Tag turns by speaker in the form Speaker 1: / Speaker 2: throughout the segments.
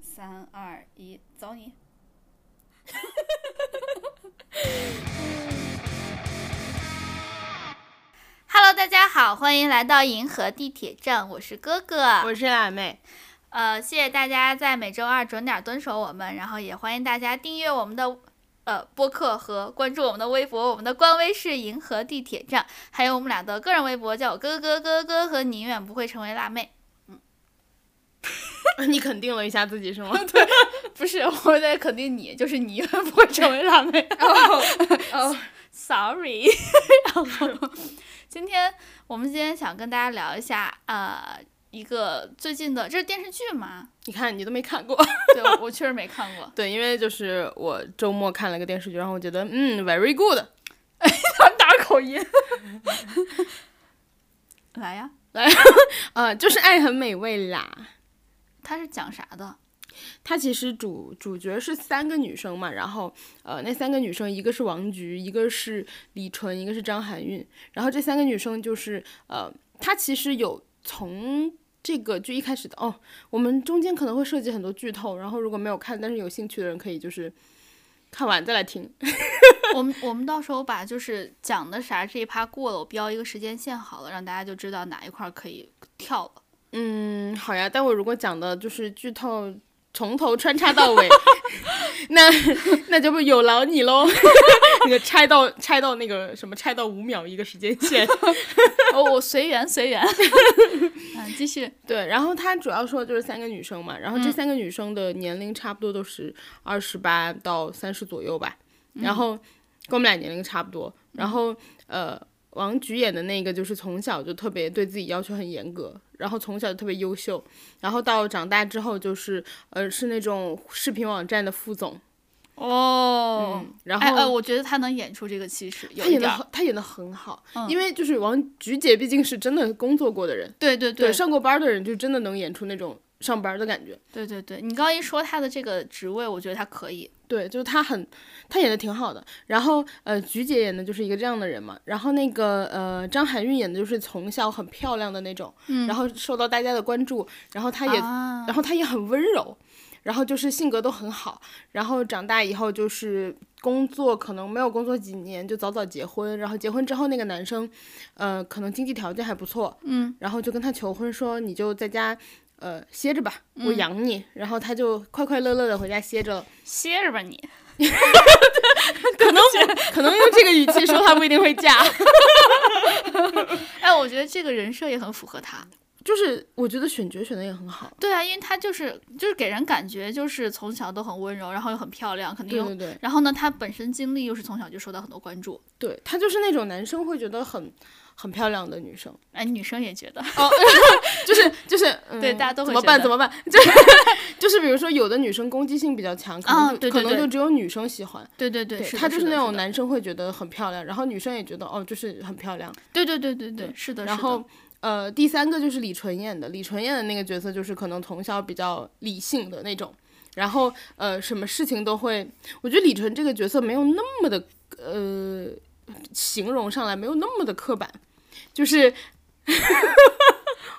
Speaker 1: 三二一，走你！Hello，大家好，欢迎来到银河地铁站，我是哥 哥。
Speaker 2: 我是辣妹，
Speaker 1: 呃，谢谢大家在每周二准点蹲守我们，然后也欢迎大家订阅我们的呃播客和关注我们的微博，我们的官微是银河地铁站，还有我们俩的个人微博叫我哥哥哥哥和你永远不会成为辣妹，
Speaker 2: 你肯定了一下自己是吗？
Speaker 1: 不是我在肯定你，就是你永远不会 成为辣 妹。
Speaker 2: 哦，
Speaker 1: Sorry，然后今天我们今天想跟大家聊一下，呃，一个最近的这是电视剧 吗？
Speaker 2: 你看你都没看过，。
Speaker 1: 对，我我确实没看过
Speaker 2: 对，因为就是我周末看了个电视剧，然后我觉得嗯 ，very good，
Speaker 1: 打口音，来呀，
Speaker 2: 呃，就是《爱很美味》啦。
Speaker 1: 它是讲啥的？
Speaker 2: 它其实主主角是三个女生嘛，然后呃，那三个女生一个是王菊，一个是李纯，一个是张含韵，然后这三个女生就是呃，她其实有从这个剧一开始的哦，我们中间可能会涉及很多剧透，然后如果没有看，但是有兴趣的人可以就是看完再来听。
Speaker 1: 我们我们到时候把就是讲的啥这一趴过了，我标一个时间线好了，让大家就知道哪一块儿可以跳了。
Speaker 2: 嗯，好呀，但我如果讲的就是剧透，从头穿插到尾， 那那就不有劳你喽。 你就拆到拆到那个什么，拆到五秒一个时间线。
Speaker 1: 哦，我随缘随缘。 嗯，继续。
Speaker 2: 对，然后他主要说的就是三个女生嘛，然后这
Speaker 1: 嗯
Speaker 2: 三个女生的年龄差不多都是二十八到三十左右吧，
Speaker 1: 嗯
Speaker 2: 然后跟我们俩年龄差不多。然后呃，王菊演的那个就是从小就特别对自己要求很严格，然后从小就特别优秀，然后到长大之后就是呃是那种视频网站的副总，
Speaker 1: 哦
Speaker 2: 嗯，然后
Speaker 1: 哎呃，我觉得他能演出这个气势，有
Speaker 2: 他
Speaker 1: 一
Speaker 2: 演
Speaker 1: 点
Speaker 2: 的
Speaker 1: 儿。嗯
Speaker 2: 很他演的很好，因为就是王菊姐毕竟是真的工作过的人，
Speaker 1: 对对
Speaker 2: 对
Speaker 1: 对
Speaker 2: 上过班的人，就真的能演出那种上班的感觉。
Speaker 1: 对对对，你刚刚一说他的这个职位，我觉得他可以。
Speaker 2: 对，就是他很，他演的挺好的。然后呃，菊姐演的就是一个这样的人嘛。然后那个呃，张含韵演的就是从小很漂亮的那种，然后受到大家的关注，然后她也，
Speaker 1: 啊
Speaker 2: 然后她也很温柔，然后就是性格都很好。然后长大以后就是工作，可能没有工作几年就早早结婚，然后结婚之后那个男生，呃，可能经济条件还不错，嗯，然后就跟她求婚说你就在家。呃，歇着吧，我养你。然后她就快快乐乐的回家歇着了。
Speaker 1: 歇着吧你。
Speaker 2: 可能不可能用这个语气说她不一定会嫁，
Speaker 1: 哎，我觉得这个人设也很符合他。
Speaker 2: 就是我觉得选角选的也很好。
Speaker 1: 对啊，因为他就是就是给人感觉就是从小都很温柔，然后又很漂亮，肯定
Speaker 2: 对哦
Speaker 1: 有。
Speaker 2: 对对
Speaker 1: 然后呢，他本身经历又是从小就受到很多关注，
Speaker 2: 对，她就是那种男生会觉得很很漂亮的女生，
Speaker 1: 哎，女生也觉得，
Speaker 2: 就是就是、嗯、
Speaker 1: 对大家都会
Speaker 2: 怎么
Speaker 1: 觉
Speaker 2: 办
Speaker 1: 得
Speaker 2: 怎么 办？就就是比如说有的女生攻击性比较强，可能
Speaker 1: 啊
Speaker 2: 就、
Speaker 1: 对对
Speaker 2: 可
Speaker 1: 对
Speaker 2: 能就只有女生喜欢。
Speaker 1: 对对对，
Speaker 2: 对，
Speaker 1: 是的
Speaker 2: 她就是
Speaker 1: 的
Speaker 2: 那种
Speaker 1: 的
Speaker 2: 男生会觉得很漂亮，然后女生也觉得哦，就是很漂亮。
Speaker 1: 对对对对对，是的，
Speaker 2: 然
Speaker 1: 是的
Speaker 2: 后呃，第三个就是李纯演的，李纯演的那个角色就是可能从小比较理性的那种，然后呃，什么事情都会，我觉得李纯这个角色没有那么的呃，形容上来没有那么的刻板，就是。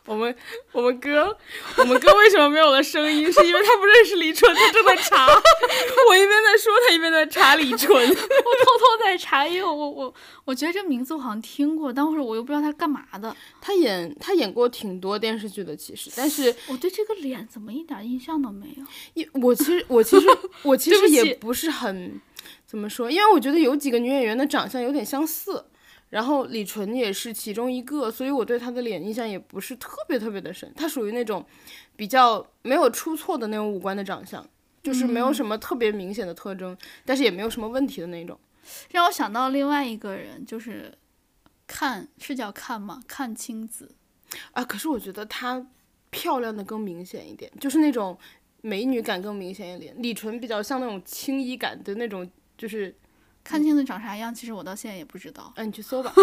Speaker 2: 我们我们哥，我们哥为什么没有了声音？是因为他不认识李纯，他正在查。我一边在说，他一边在查李纯。
Speaker 1: 我偷偷在查，因为我我我觉得这名字我好像听过，但是我又不知道他干嘛的。
Speaker 2: 他演他演过挺多电视剧的，其实，但是
Speaker 1: 我对这个脸怎么一点印象都没有？
Speaker 2: 因我其实我 其实我其
Speaker 1: 对不
Speaker 2: 实也
Speaker 1: 起
Speaker 2: 不是很怎么说，因为我觉得有几个女演员的长相有点相似，然后李纯也是其中一个，所以我对她的脸印象也不是特别特别的深。她属于那种比较没有出错的那种五官的长相，就是没有
Speaker 1: 嗯
Speaker 2: 什么特别明显的特征，但是也没有什么问题的那种。
Speaker 1: 让我想到另外一个人，就是看是叫看吗？看青子，
Speaker 2: 啊，可是我觉得她漂亮的更明显一点，就是那种美女感更明显一点。李纯比较像那种青衣感的那种，就是
Speaker 1: 看青子长啥样，其实我到现在也不知道。
Speaker 2: 啊，你去搜 吧，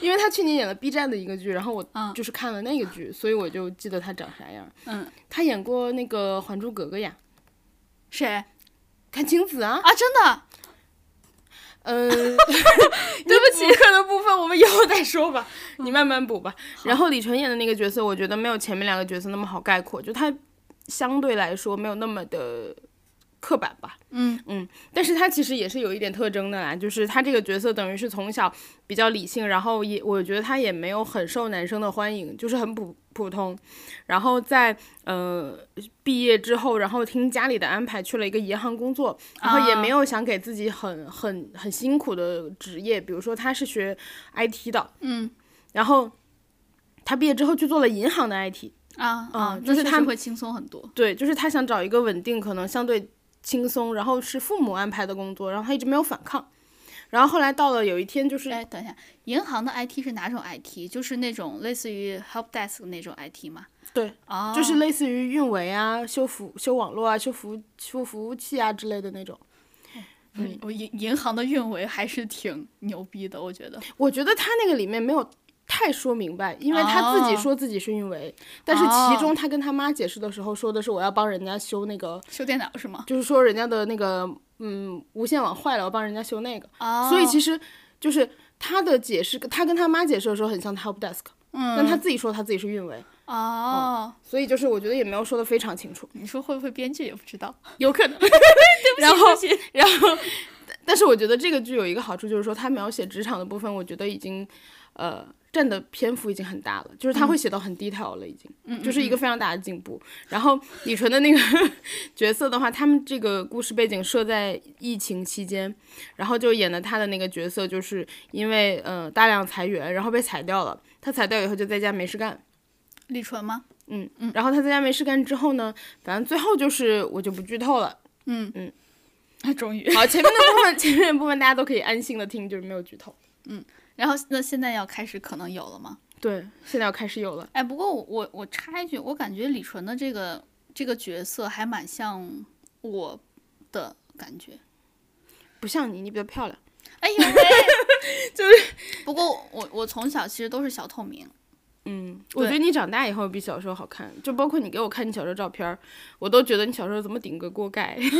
Speaker 2: 因为他去年演了 B 站的一个剧，然后我
Speaker 1: 嗯
Speaker 2: 就是看了那个剧，所以我就记得他长啥样。
Speaker 1: 嗯，
Speaker 2: 他演过那个《还珠格格》呀，
Speaker 1: 谁
Speaker 2: 看晴子啊，
Speaker 1: 啊？真的？
Speaker 2: 嗯， 对不起，嗯课的部分我们以后再说吧，你慢慢补吧。然后李晨演的那个角色，我觉得没有前面两个角色那么好概括，就他相对来说没有那么的刻板吧。
Speaker 1: 嗯
Speaker 2: 嗯，但是他其实也是有一点特征的啦，就是他这个角色等于是从小比较理性，然后也我觉得他也没有很受男生的欢迎，就是很普普通。然后在呃毕业之后，然后听家里的安排去了一个银行工作，然后也没
Speaker 1: 啊
Speaker 2: 有想给自己很很很辛苦的职业，比如说他是学 IT 的，
Speaker 1: 嗯
Speaker 2: 然后他毕业之后去做了银行的 IT，
Speaker 1: 啊啊，那
Speaker 2: 嗯就是
Speaker 1: 确
Speaker 2: 他
Speaker 1: 实会轻松很多。
Speaker 2: 对，就是他想找一个稳定，可能相对轻松，然后是父母安排的工作，然后他一直没有反抗。然后后来到了有一天，就是
Speaker 1: 哎，等一下，银行的 IT 是哪种 IT？就是那种类似于 help desk 那种 IT 吗？
Speaker 2: 对，
Speaker 1: 哦，
Speaker 2: 就是类似于运维啊、修服、修网络啊、修服、修服务器啊之类的那种。
Speaker 1: 我银银行的运维还是挺牛逼的，我觉得。
Speaker 2: 我觉得他那个里面没有太说明白，因为他自己
Speaker 1: 哦
Speaker 2: 说自己是运维，但是
Speaker 1: 哦
Speaker 2: 其中他跟他妈解释的时候说的是我要帮人家修那个，
Speaker 1: 修电脑是吗？
Speaker 2: 就是说人家的那个嗯无线网坏了，我帮人家修那个。
Speaker 1: 哦，
Speaker 2: 所以其实就是他的解释，他跟他妈解释的时候很像 help desk，
Speaker 1: 嗯，
Speaker 2: 但他自己说他自己是运维，
Speaker 1: 哦，
Speaker 2: 所以就是我觉得也没有说的非常清楚，
Speaker 1: 你说会不会编剧也不知道。
Speaker 2: 有可能。然后， 然后，但是我觉得这个剧有一个好处就是说，他描写职场的部分，我觉得已经呃占的篇幅已经很大了，就是他会写到很低 e 了，已经，就是一个非常大的进步。然后李纯的那个 角色的话，他们这个故事背景设在疫情期间，然后就演的他的那个角色，就是因为呃大量裁员，然后被裁掉了。他裁掉以后就在家没事干，
Speaker 1: 李纯吗？
Speaker 2: 嗯，然后他在家没事干之后呢，反正最后就是我就不剧透了。
Speaker 1: 嗯
Speaker 2: 嗯，
Speaker 1: 啊，终于。
Speaker 2: 好，前面的部分，前面的部分大家都可以安心的听，就是没有剧透。
Speaker 1: 然后那现在要开始可能有了吗？
Speaker 2: 对，现在要开始有了。
Speaker 1: 哎，不过我我我插一句，我感觉李纯的这个这个角色还蛮像我的感觉。
Speaker 2: 不像你，你比较漂亮。
Speaker 1: 哎呦喂， 就是。不过我我从小其实都是小透明，
Speaker 2: 嗯，我觉得你长大以后比小时候好看，就包括你给我看你小时候照片儿，我都觉得你小时候怎么顶个锅盖。 你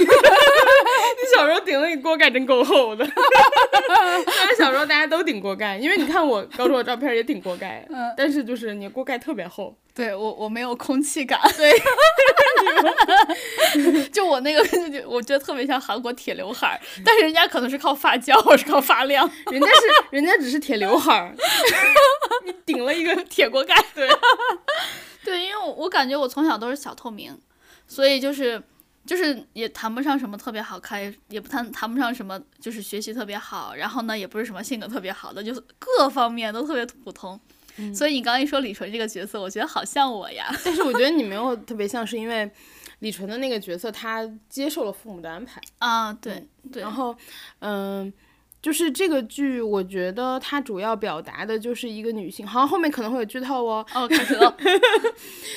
Speaker 2: 小时候顶那个锅盖真够厚的。 虽然小时候大家都顶锅盖，因为你看我高中的照片儿也顶锅盖，但是就是你的锅盖特别厚。
Speaker 1: 对我我没有空气感，对， 就我那个就我觉得特别像韩国铁刘海儿，但是人家可能是靠发胶，我是靠发量，
Speaker 2: 人家是人家只是铁刘海 儿，你顶了一个铁锅盖。对，
Speaker 1: 对，因为我我感觉我从小都是小透明，所以就是就是也谈不上什么特别好看，也也不谈谈不上什么就是学习特别好，然后呢也不是什么性格特别好的，就是各方面都特别普通。所以你刚刚一说李纯这个角色，我觉得好像我呀。
Speaker 2: 但是我觉得你没有特别像，是因为李纯的那个角色，他接受了父母的安排。
Speaker 1: 啊，对对，
Speaker 2: 然后，嗯、就是这个剧，我觉得它主要表达的就是一个女性，好像后面可能会有剧透哦。
Speaker 1: 哦，开始了，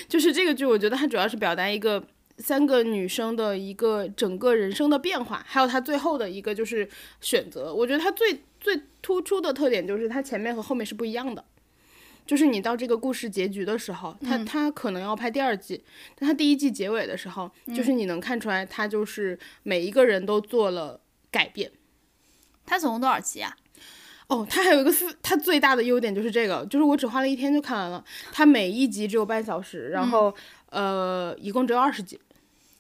Speaker 2: 就是这个剧，我觉得它主要是表达一个三个女生的一个整个人生的变化，还有她最后的一个就是选择。我觉得它最最突出的特点就是它前面和后面是不一样的。就是你到这个故事结局的时候，它它可能要拍第二季，但它第一季结尾的时候，就是你能看出来，它就是每一个人都做了改变。
Speaker 1: 他总共多少集啊？
Speaker 2: 哦，它还有一个四，它最大的优点就是这个，就是我只花了一天就看完了。它每一集只有半小时，然后、呃，一共只有二十集。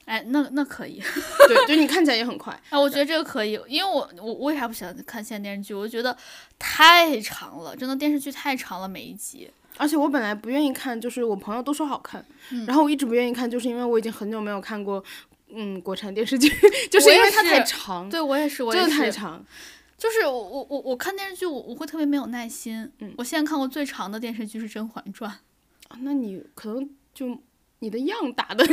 Speaker 1: 哎，那那可以，
Speaker 2: 对，就你看起来也很快。
Speaker 1: 哎，我觉得这个可以，因为我我为啥不喜欢看现在电视剧？我觉得太长了，真的电视剧太长了，每一集。
Speaker 2: 而且我本来不愿意看，就是我朋友都说好看，
Speaker 1: 嗯
Speaker 2: 然后我一直不愿意看，就是因为我已经很久没有看过，嗯，国产电视剧，就是
Speaker 1: 我
Speaker 2: 因
Speaker 1: 也
Speaker 2: 为它
Speaker 1: 是
Speaker 2: 太长，
Speaker 1: 对我也是，我也
Speaker 2: 真的太
Speaker 1: 是，
Speaker 2: 长。
Speaker 1: 就是我我我我看电视剧，我我会特别没有耐心。
Speaker 2: 嗯
Speaker 1: 我现在看过最长的电视剧是《甄嬛传》，
Speaker 2: 啊那你可能就你的样打 的，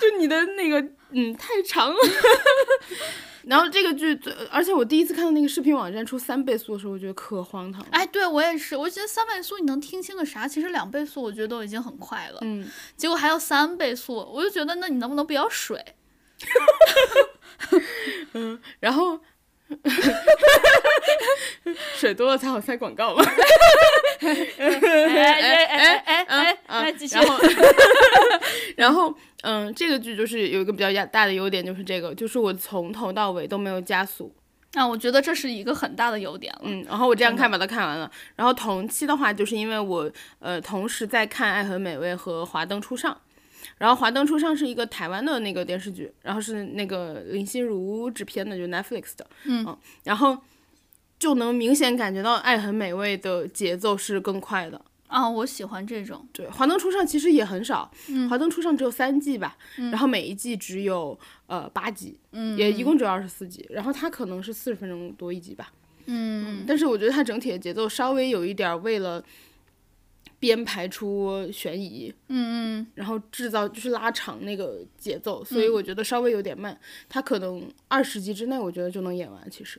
Speaker 2: 就你的那个，嗯，太长了。 然后这个剧最，而且我第一次看到那个视频网站出三倍速的时候，我觉得可荒唐了。
Speaker 1: 哎，对我也是，我觉得三倍速你能听清个啥？其实两倍速我觉得都已经很快了，
Speaker 2: 嗯，
Speaker 1: 结果还要三倍速，我就觉得那你能不能不要水？
Speaker 2: 然后 水多了才好塞广告嘛。
Speaker 1: 哎哎
Speaker 2: 哎
Speaker 1: 哎哎
Speaker 2: 啊
Speaker 1: 哎，继续
Speaker 2: 然。后， 然后，嗯，这个剧就是有一个比较大的优点，就是这个，就是我从头到尾都没有加速，
Speaker 1: 啊，我觉得这是一个很大的优点了。
Speaker 2: 嗯，然后我这样看把它看完了。然后同期的话，就是因为我呃同时在看《爱很美味》和《华灯初上》，然后《华灯初上》是一个台湾的那个电视剧，然后是那个林心如制片的，就是 Netflix 的，
Speaker 1: 嗯
Speaker 2: 然后就能明显感觉到《爱很美味》的节奏是更快的。
Speaker 1: 啊，我喜欢这种。
Speaker 2: 对，《华灯初上》其实也很少，
Speaker 1: 嗯
Speaker 2: 华灯初上》只有三季吧，然后每一季只有呃八集，
Speaker 1: 嗯
Speaker 2: 也一共只有二十四集，然后它可能是四十分钟多一集吧。
Speaker 1: 嗯，
Speaker 2: 但是我觉得它整体的节奏稍微有一点儿为了编排出悬疑，嗯嗯，然后制造就是拉长那个节奏，所以
Speaker 1: 嗯
Speaker 2: 我觉得稍微有点慢。它可能二十集之内，我觉得就能演完。其实，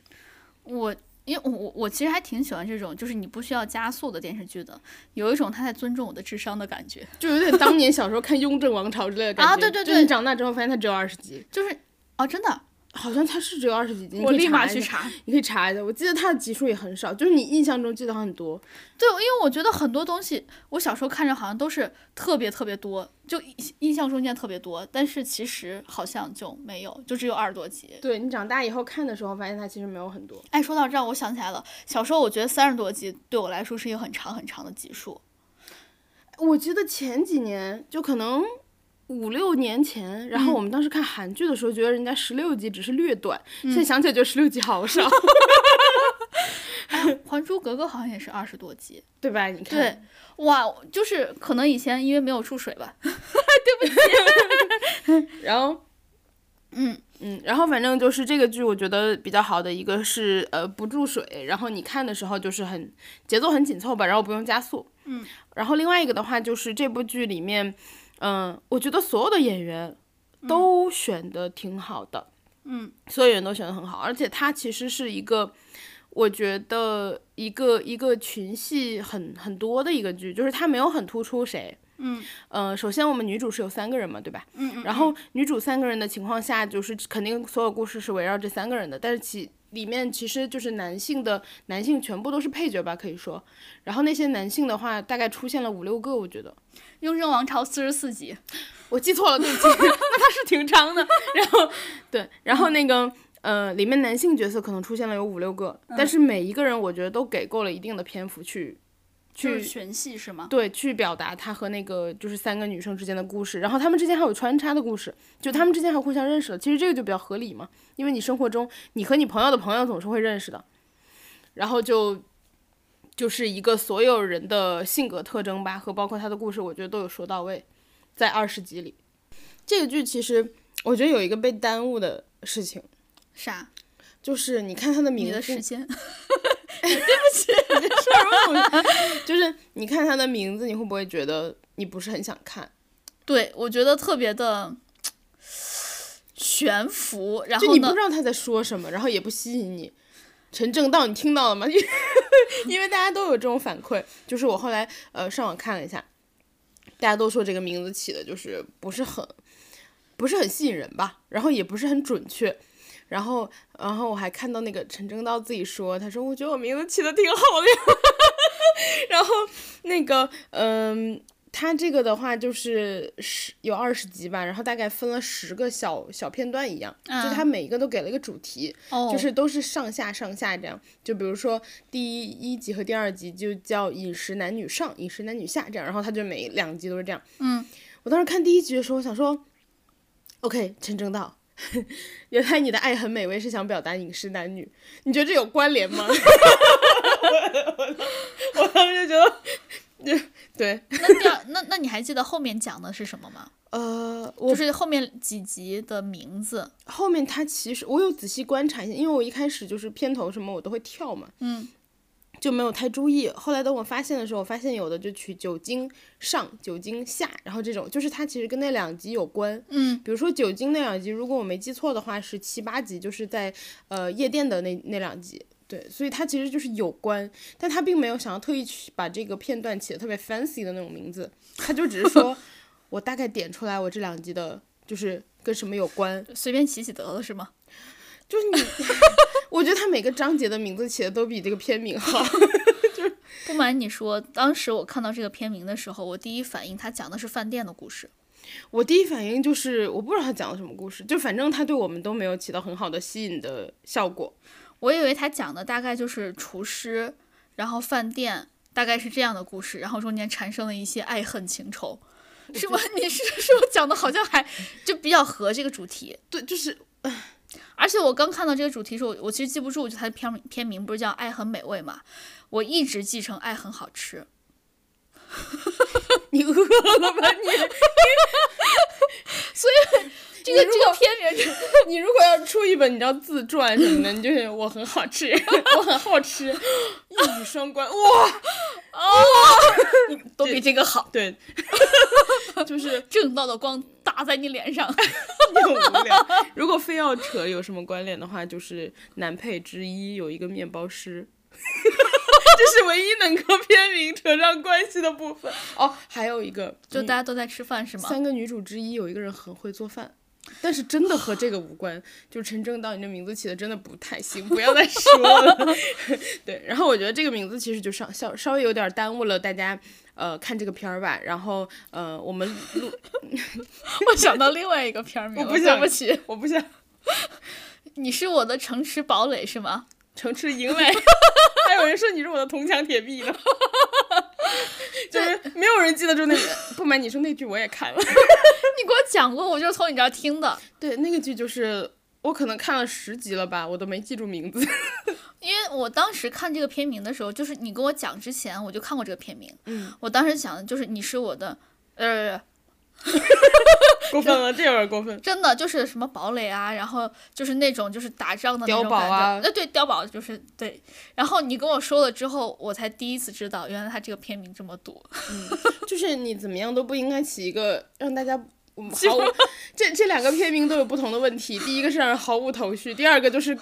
Speaker 1: 我因为我我我其实还挺喜欢这种，就是你不需要加速的电视剧的，有一种他在尊重我的智商的感觉。
Speaker 2: 就有点当年小时候看《雍正王朝》之类的感觉。
Speaker 1: 啊对对
Speaker 2: 就
Speaker 1: 对
Speaker 2: 你长大之后发现它只有二十集，
Speaker 1: 就是哦，真的，
Speaker 2: 好像它是只有二十几集。你
Speaker 1: 我
Speaker 2: 可以
Speaker 1: 立马
Speaker 2: 一
Speaker 1: 去
Speaker 2: 下，
Speaker 1: 查。
Speaker 2: 你可以查一下。我记得它的集数也很少，就是你印象中记得很多。
Speaker 1: 对，因为我觉得很多东西，我小时候看着好像都是特别特别多，就印印象中间特别多，但是其实好像就没有，就只有二十多集。
Speaker 2: 对你长大以后看的时候，发现它其实没有很多。
Speaker 1: 哎，说到这儿，我想起来了，小时候我觉得三十多集对我来说是一个很长很长的集数。
Speaker 2: 我记得前几年就可能五六年前，然后我们当时看韩剧的时候，觉得人家十六集只是略短，现在想起来觉得十六集好少，
Speaker 1: 《还珠格格》好像也是二十多集。
Speaker 2: 对吧？你看，
Speaker 1: 对，哇，就是可能以前因为没有注水吧，
Speaker 2: 然后。
Speaker 1: 嗯
Speaker 2: 嗯，然后反正就是这个剧，我觉得比较好的一个是呃不注水，然后你看的时候就是很节奏很紧凑吧，然后不用加速。嗯，然后另外一个的话就是这部剧里面，嗯、我觉得所有的演员都选的挺好的。
Speaker 1: 嗯，
Speaker 2: 所有人都选的很好，而且它其实是一个。我觉得一个一个群戏很很多的一个剧，就是它没有很突出谁。
Speaker 1: 嗯，
Speaker 2: 呃，首先我们女主是有三个人嘛，对吧？
Speaker 1: 嗯嗯
Speaker 2: 然后女主三个人的情况下，就是肯定所有故事是围绕这三个人的，但是其里面其实就是男性的男性全部都是配角吧，可以说。然后那些男性的话，大概出现了五六个，我觉得
Speaker 1: 雍正王朝》四十四集，
Speaker 2: 我记错了，对不起， 那它是挺长的。然后对，然后那个。呃，里面男性角色可能出现了有五六个，
Speaker 1: 嗯
Speaker 2: 但是每一个人我觉得都给够了一定的篇幅去，
Speaker 1: 就是
Speaker 2: 去
Speaker 1: 全系是吗？
Speaker 2: 对，去表达他和那个就是三个女生之间的故事，然后他们之间还有穿插的故事，就他们之间还互相认识了。其实这个就比较合理嘛，因为你生活中你和你朋友的朋友总是会认识的，然后就就是一个所有人的性格特征吧，和包括他的故事，我觉得都有说到位，在二十集里。这个剧其实我觉得有一个被耽误的事情，
Speaker 1: 啥？
Speaker 2: 就是你看它的名
Speaker 1: 你
Speaker 2: 字
Speaker 1: 的时间？
Speaker 2: 就是你看它的名字，你会不会觉得你不是很想看？
Speaker 1: 对，我觉得特别的 悬浮。然
Speaker 2: 就
Speaker 1: 后
Speaker 2: 你不
Speaker 1: 呢
Speaker 2: 知？道他在说什么，然后也不吸引你。陈正道，你听到了吗？ 因为大家都有这种反馈，就是我后来呃上网看了一下，大家都说这个名字起的就是不是很不是很吸引人吧，然后也不是很准确。然后，然后我还看到那个陈正道自己说，他说我觉得我名字起的挺好的呀。 然后那个，嗯，他这个的话就是十有二十集吧，然后大概分了十个小小片段一样，就
Speaker 1: 嗯
Speaker 2: 他每一个都给了一个主题，
Speaker 1: 哦，
Speaker 2: 就是都是上下上下这样。就比如说第一集和第二集就叫饮食男女上，饮食男女下这样，然后他就每两集都是这样。
Speaker 1: 嗯，
Speaker 2: 我当时看第一集的时候，我想说，OK，陈正道。 原来你的爱很美味是想表达饮食男女，你觉得这有关联吗？ 我我我当时就觉得，就对，
Speaker 1: 那第二，那那你还记得后面讲的是什么吗？
Speaker 2: 呃， 我
Speaker 1: 就是后面几集的名字。
Speaker 2: 后面他其实我有仔细观察一下，因为我一开始就是片头什么我都会跳嘛，
Speaker 1: 嗯，
Speaker 2: 就没有太注意。后来等我发现的时候，我发现有的就取酒精上、酒精下，然后这种就是它其实跟那两集有关。
Speaker 1: 嗯，
Speaker 2: 比如说酒精那两集，如果我没记错的话是七八集，就是在呃夜店的那那两集。对，所以它其实就是有关，但他并没有想要特意去把这个片段起得特别 fancy 的那种名字，他就只是说，我大概点出来我这两集的就是跟什么有关，
Speaker 1: 随便起起得了是吗？
Speaker 2: 就是你， 我觉得他每个章节的名字起的都比这个片名好。
Speaker 1: 不瞒你说，当时我看到这个片名的时候，我第一反应它讲的是饭店的故事。
Speaker 2: 我第一反应就是我不知道他讲了什么故事，就反正他对我们都没有起到很好的吸引的效果。
Speaker 1: 我以为他讲的大概就是厨师，然后饭店，大概是这样的故事，然后中间产生了一些爱恨情仇，是吗？你是是我讲的好像还就比较合这个主题，
Speaker 2: 对，就是
Speaker 1: 而且我刚看到这个主题的时候，我我其实记不住，就它的片名片名不是叫《爱很美味》嘛，我一直记成《爱很好吃》。
Speaker 2: 你饿了吧你？
Speaker 1: 这个
Speaker 2: 你
Speaker 1: 这
Speaker 2: 如
Speaker 1: 个片名，
Speaker 2: 你如果要出一本你知道自传什么的，你就是我很好吃， 我很好吃，一语双关，哇，
Speaker 1: 都比这个好，
Speaker 2: 对， 就是
Speaker 1: 正道的光打在你脸 上。
Speaker 2: 又无聊。如果非要扯有什么关联的话，就是男配之一有一个面包师， 这是唯一能和片名扯上关系的部分。哦，还有一个，
Speaker 1: 就
Speaker 2: 嗯
Speaker 1: 大家都在吃饭是吗？
Speaker 2: 三个女主之一有一个人很会做饭。但是真的和这个无关，就是陈正道，你这名字起的真的不太行，不要再说了。 对，然后我觉得这个名字其实就稍稍稍微有点耽误了大家，呃，看这个片儿吧。然后呃，我们录，
Speaker 1: 我想到另外一个片名了，
Speaker 2: 我不
Speaker 1: 对
Speaker 2: 想
Speaker 1: 不起，
Speaker 2: 我不想
Speaker 1: 你是我的城池堡垒是吗？
Speaker 2: 城池营 垒，还有人说你是我的铜墙铁壁 呢，就是没有人记得住那个。不瞒你说，那剧我也看了。
Speaker 1: 你给我讲过，我就是从你这儿听的，
Speaker 2: 对，那个剧就是我可能看了十集了吧，我都没记住名字。
Speaker 1: 因为我当时看这个片名的时候，就是你跟我讲之前，我就看过这个片名。
Speaker 2: 嗯，
Speaker 1: 我当时想的就是你是我的，呃，
Speaker 2: 过分了，这有点过分。
Speaker 1: 真的就是什么堡垒啊，然后就是那种就是打仗的那
Speaker 2: 碉
Speaker 1: 种
Speaker 2: 堡
Speaker 1: 感觉。
Speaker 2: 啊
Speaker 1: 呃，对，碉堡就是对。然后你跟我说了之后，我才第一次知道，原来它这个片名这么毒。
Speaker 2: 就是你怎么样都不应该起一个让大家。 嗯毫无，这这两个片名都有不同的问题。第一个是让人毫无头绪，第二个就是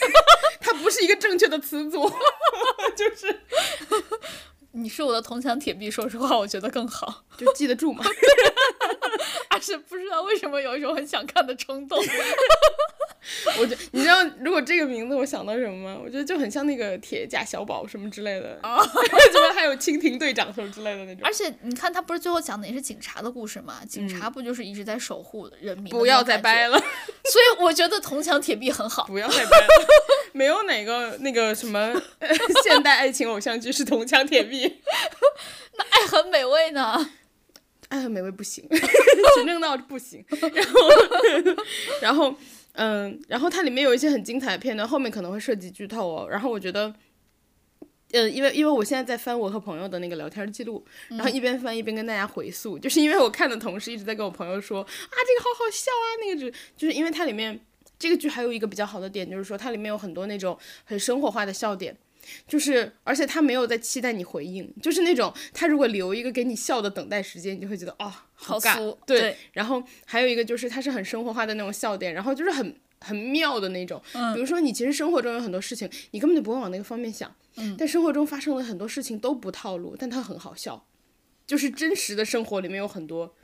Speaker 2: 它不是一个正确的词组，就是
Speaker 1: 你是我的铜墙铁壁，说实话，我觉得更好，
Speaker 2: 就记得住嘛。
Speaker 1: 而是不知道为什么有一种很想看的冲 动。
Speaker 2: 我觉你知道，如果这个名字我想到什么吗？我觉得就很像那个铁甲小宝什么之类的， 就是还有蜻蜓队长什么之类的那种。
Speaker 1: 而且你看，他不是最后讲的也是警察的故事吗？警察不就是一直在守护人民？
Speaker 2: 嗯不要再掰
Speaker 1: 了。
Speaker 2: 了，
Speaker 1: 所以我觉得铜墙铁壁很好。
Speaker 2: 不要再掰了， 没有哪个那个什么 现代爱情偶像剧是铜墙铁壁。
Speaker 1: 爱很美味呢。
Speaker 2: 爱哎很美味不行，纯正道不行。 然后，然后，嗯，然后它里面有一些很精彩的片段，后面可能会涉及剧透哦。然后我觉得，呃，因为因为我现在在翻我和朋友的那个聊天记录，然后一边翻一边跟大家回溯，就是因为我看的同时一直在跟我朋友说啊，这个好好笑啊，那个只就是因为它里面这个剧还有一个比较好的点，就是说它里面有很多那种很生活化的笑点。就是，而且他没有在期待你回应，就是那种他如果留一个给你笑的等待时间，你就会觉得哦，
Speaker 1: 好
Speaker 2: 尬
Speaker 1: 俗，
Speaker 2: 对
Speaker 1: 对
Speaker 2: 然后还有一个就是它是很生活化的那种笑点，然后就是很很妙的那种。
Speaker 1: 嗯
Speaker 2: 比如说你其实生活中有很多事情，你根本就不会往那个方面想，
Speaker 1: 嗯
Speaker 2: 但生活中发生的很多事情都不套路，但它很好笑，就是真实的生活里面有很多。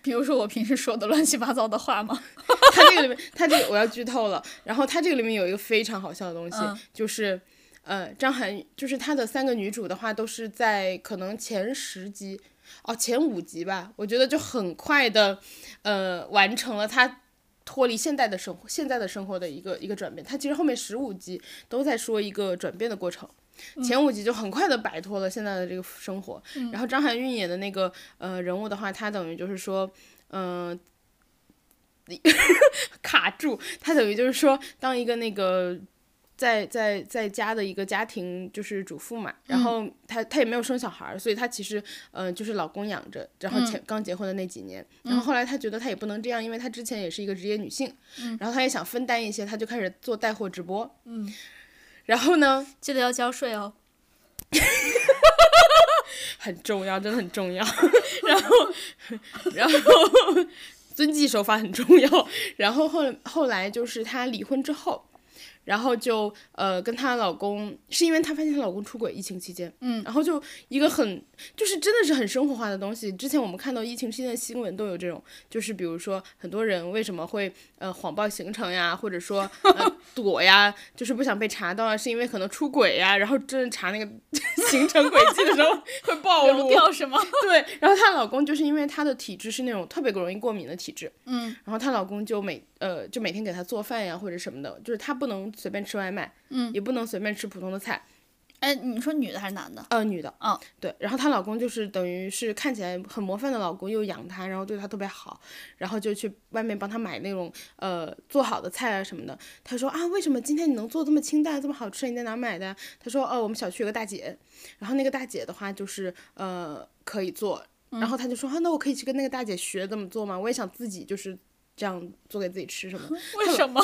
Speaker 1: 比如说我平时说的乱七八糟的话吗？
Speaker 2: 它这个里面，它这个我要剧透了。然后它这个里面有一个非常好笑的东西，就是。呃，张涵予就是她的三个女主的话，都是在可能前十集，哦，前五集吧，我觉得就很快的，呃，完成了她脱离现代的生活，现在的生活的一个一个转变。她其实后面十五集都在说一个转变的过程，前五集就很快的摆脱了现在的这个生活。然后张含韵演的那个呃人物的话，她等于就是说，嗯、卡住，她等于就是说，当一个那个在在在家的一个家庭就是主妇嘛，然后她她也没有生小孩儿，所以她其实呃就是老公养着，然后前、刚结婚的那几年，然后后来她觉得她也不能这样，因为她之前也是一个职业女性，然后她也想分担一些，她就开始做带货直播，嗯，然后呢
Speaker 1: 记得要交税哦。
Speaker 2: 很重要，真的很重要，然后然后遵纪守法很重要，然后后后来就是她离婚之后。然后就呃跟她老公，是因为她发现她老公出轨，疫情期间，嗯，然后就一个很就是真的是很生活化的东西。之前我们看到疫情期间的新闻都有这种，就是比如说很多人为什么会呃谎报行程呀，或者说、呃、躲呀，就是不想被查到啊，是因为可能出轨呀，然后真的查那个 行程轨迹的时候会暴
Speaker 1: 流
Speaker 2: 露，
Speaker 1: 掉是吗？
Speaker 2: 对，然后她老公就是因为她的体质是那种特别容易过敏的体质，嗯，然后她老公就每呃就每天给她做饭呀或者什么的，就是她不能随便吃外卖，
Speaker 1: 嗯，
Speaker 2: 也不能随便吃普通的菜。
Speaker 1: 哎，你说女的还是男的？
Speaker 2: 呃，女的，
Speaker 1: 嗯，
Speaker 2: 对，然后她老公就是等于是看起来很模范的老公，又养她，然后对她特别好，然后就去外面帮她买那种呃做好的菜啊什么的。她说啊，为什么今天你能做这么清淡，这么好吃？你在哪买的呀？她说哦，我们小区有个大姐，然后那个大姐的话就是呃可以做，
Speaker 1: 嗯
Speaker 2: 然后她就说啊，那我可以去跟那个大姐学怎么做吗？我也想自己就是这样做给自己吃 什么的。
Speaker 1: 为什么？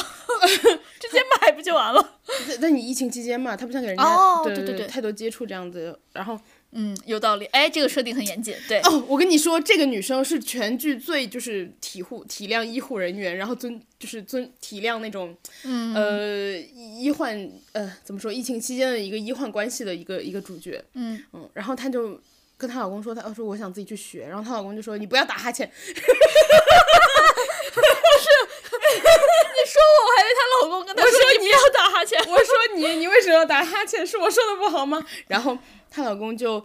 Speaker 1: 直接买不就完了？
Speaker 2: 但但你疫情期间嘛，她不想给人家、
Speaker 1: 哦
Speaker 2: 对
Speaker 1: 对对对
Speaker 2: 对太多接触这样子，然后。
Speaker 1: 嗯，有道理。哎，这个设定很严谨。对，
Speaker 2: 哦，我跟你说，这个女生是全剧最就是体护体谅医护人员，然后尊就是尊体谅那种，
Speaker 1: 嗯
Speaker 2: 呃，医患呃怎么说，疫情期间的一个医患关系的一个一个主角，
Speaker 1: 嗯，
Speaker 2: 嗯，然后她就跟她老公说，她哦说我想自己去学，然后她老公就说你不要打哈欠，
Speaker 1: 你说我，我还以为她老公跟她说你不要打哈欠。
Speaker 2: 我说你你为什么要打哈欠，是我说的不好吗？然后她老公就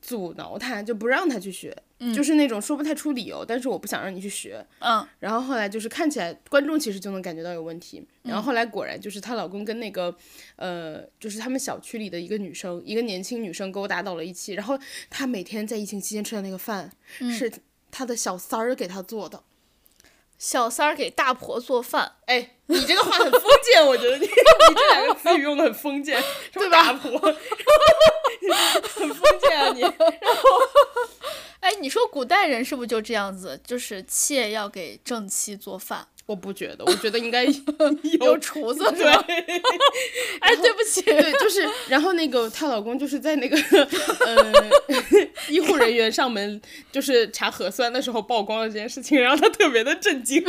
Speaker 2: 阻挠她，就不让她去学，就是那种说不太出理由，但是我不想让你去学，
Speaker 1: 嗯
Speaker 2: 然后后来就是看起来观众其实就能感觉到有问题，然后后来果然就是她老公跟那个，呃，就是他们小区里的一个女生，一个年轻女生勾搭到了一起，然后她每天在疫情期间吃的那个饭、是她的小三儿给她做的，
Speaker 1: 小三儿给大婆做饭，
Speaker 2: 哎，你这个话很封建，我觉得你 你这两个词语用的很封建， 对吧？大婆， 很封建啊你。
Speaker 1: 哎，你说古代人是不是就这样子？就是妾要给正妻做饭，
Speaker 2: 我不觉得，我觉得应 该有
Speaker 1: 有厨子是
Speaker 2: 对
Speaker 1: 吧？。哦哎，对不 起，
Speaker 2: 对，就是，然后那个她老公就是在那个呃 医护人员上门就是查核酸的时候曝光了这件事情，然后她特别的震惊，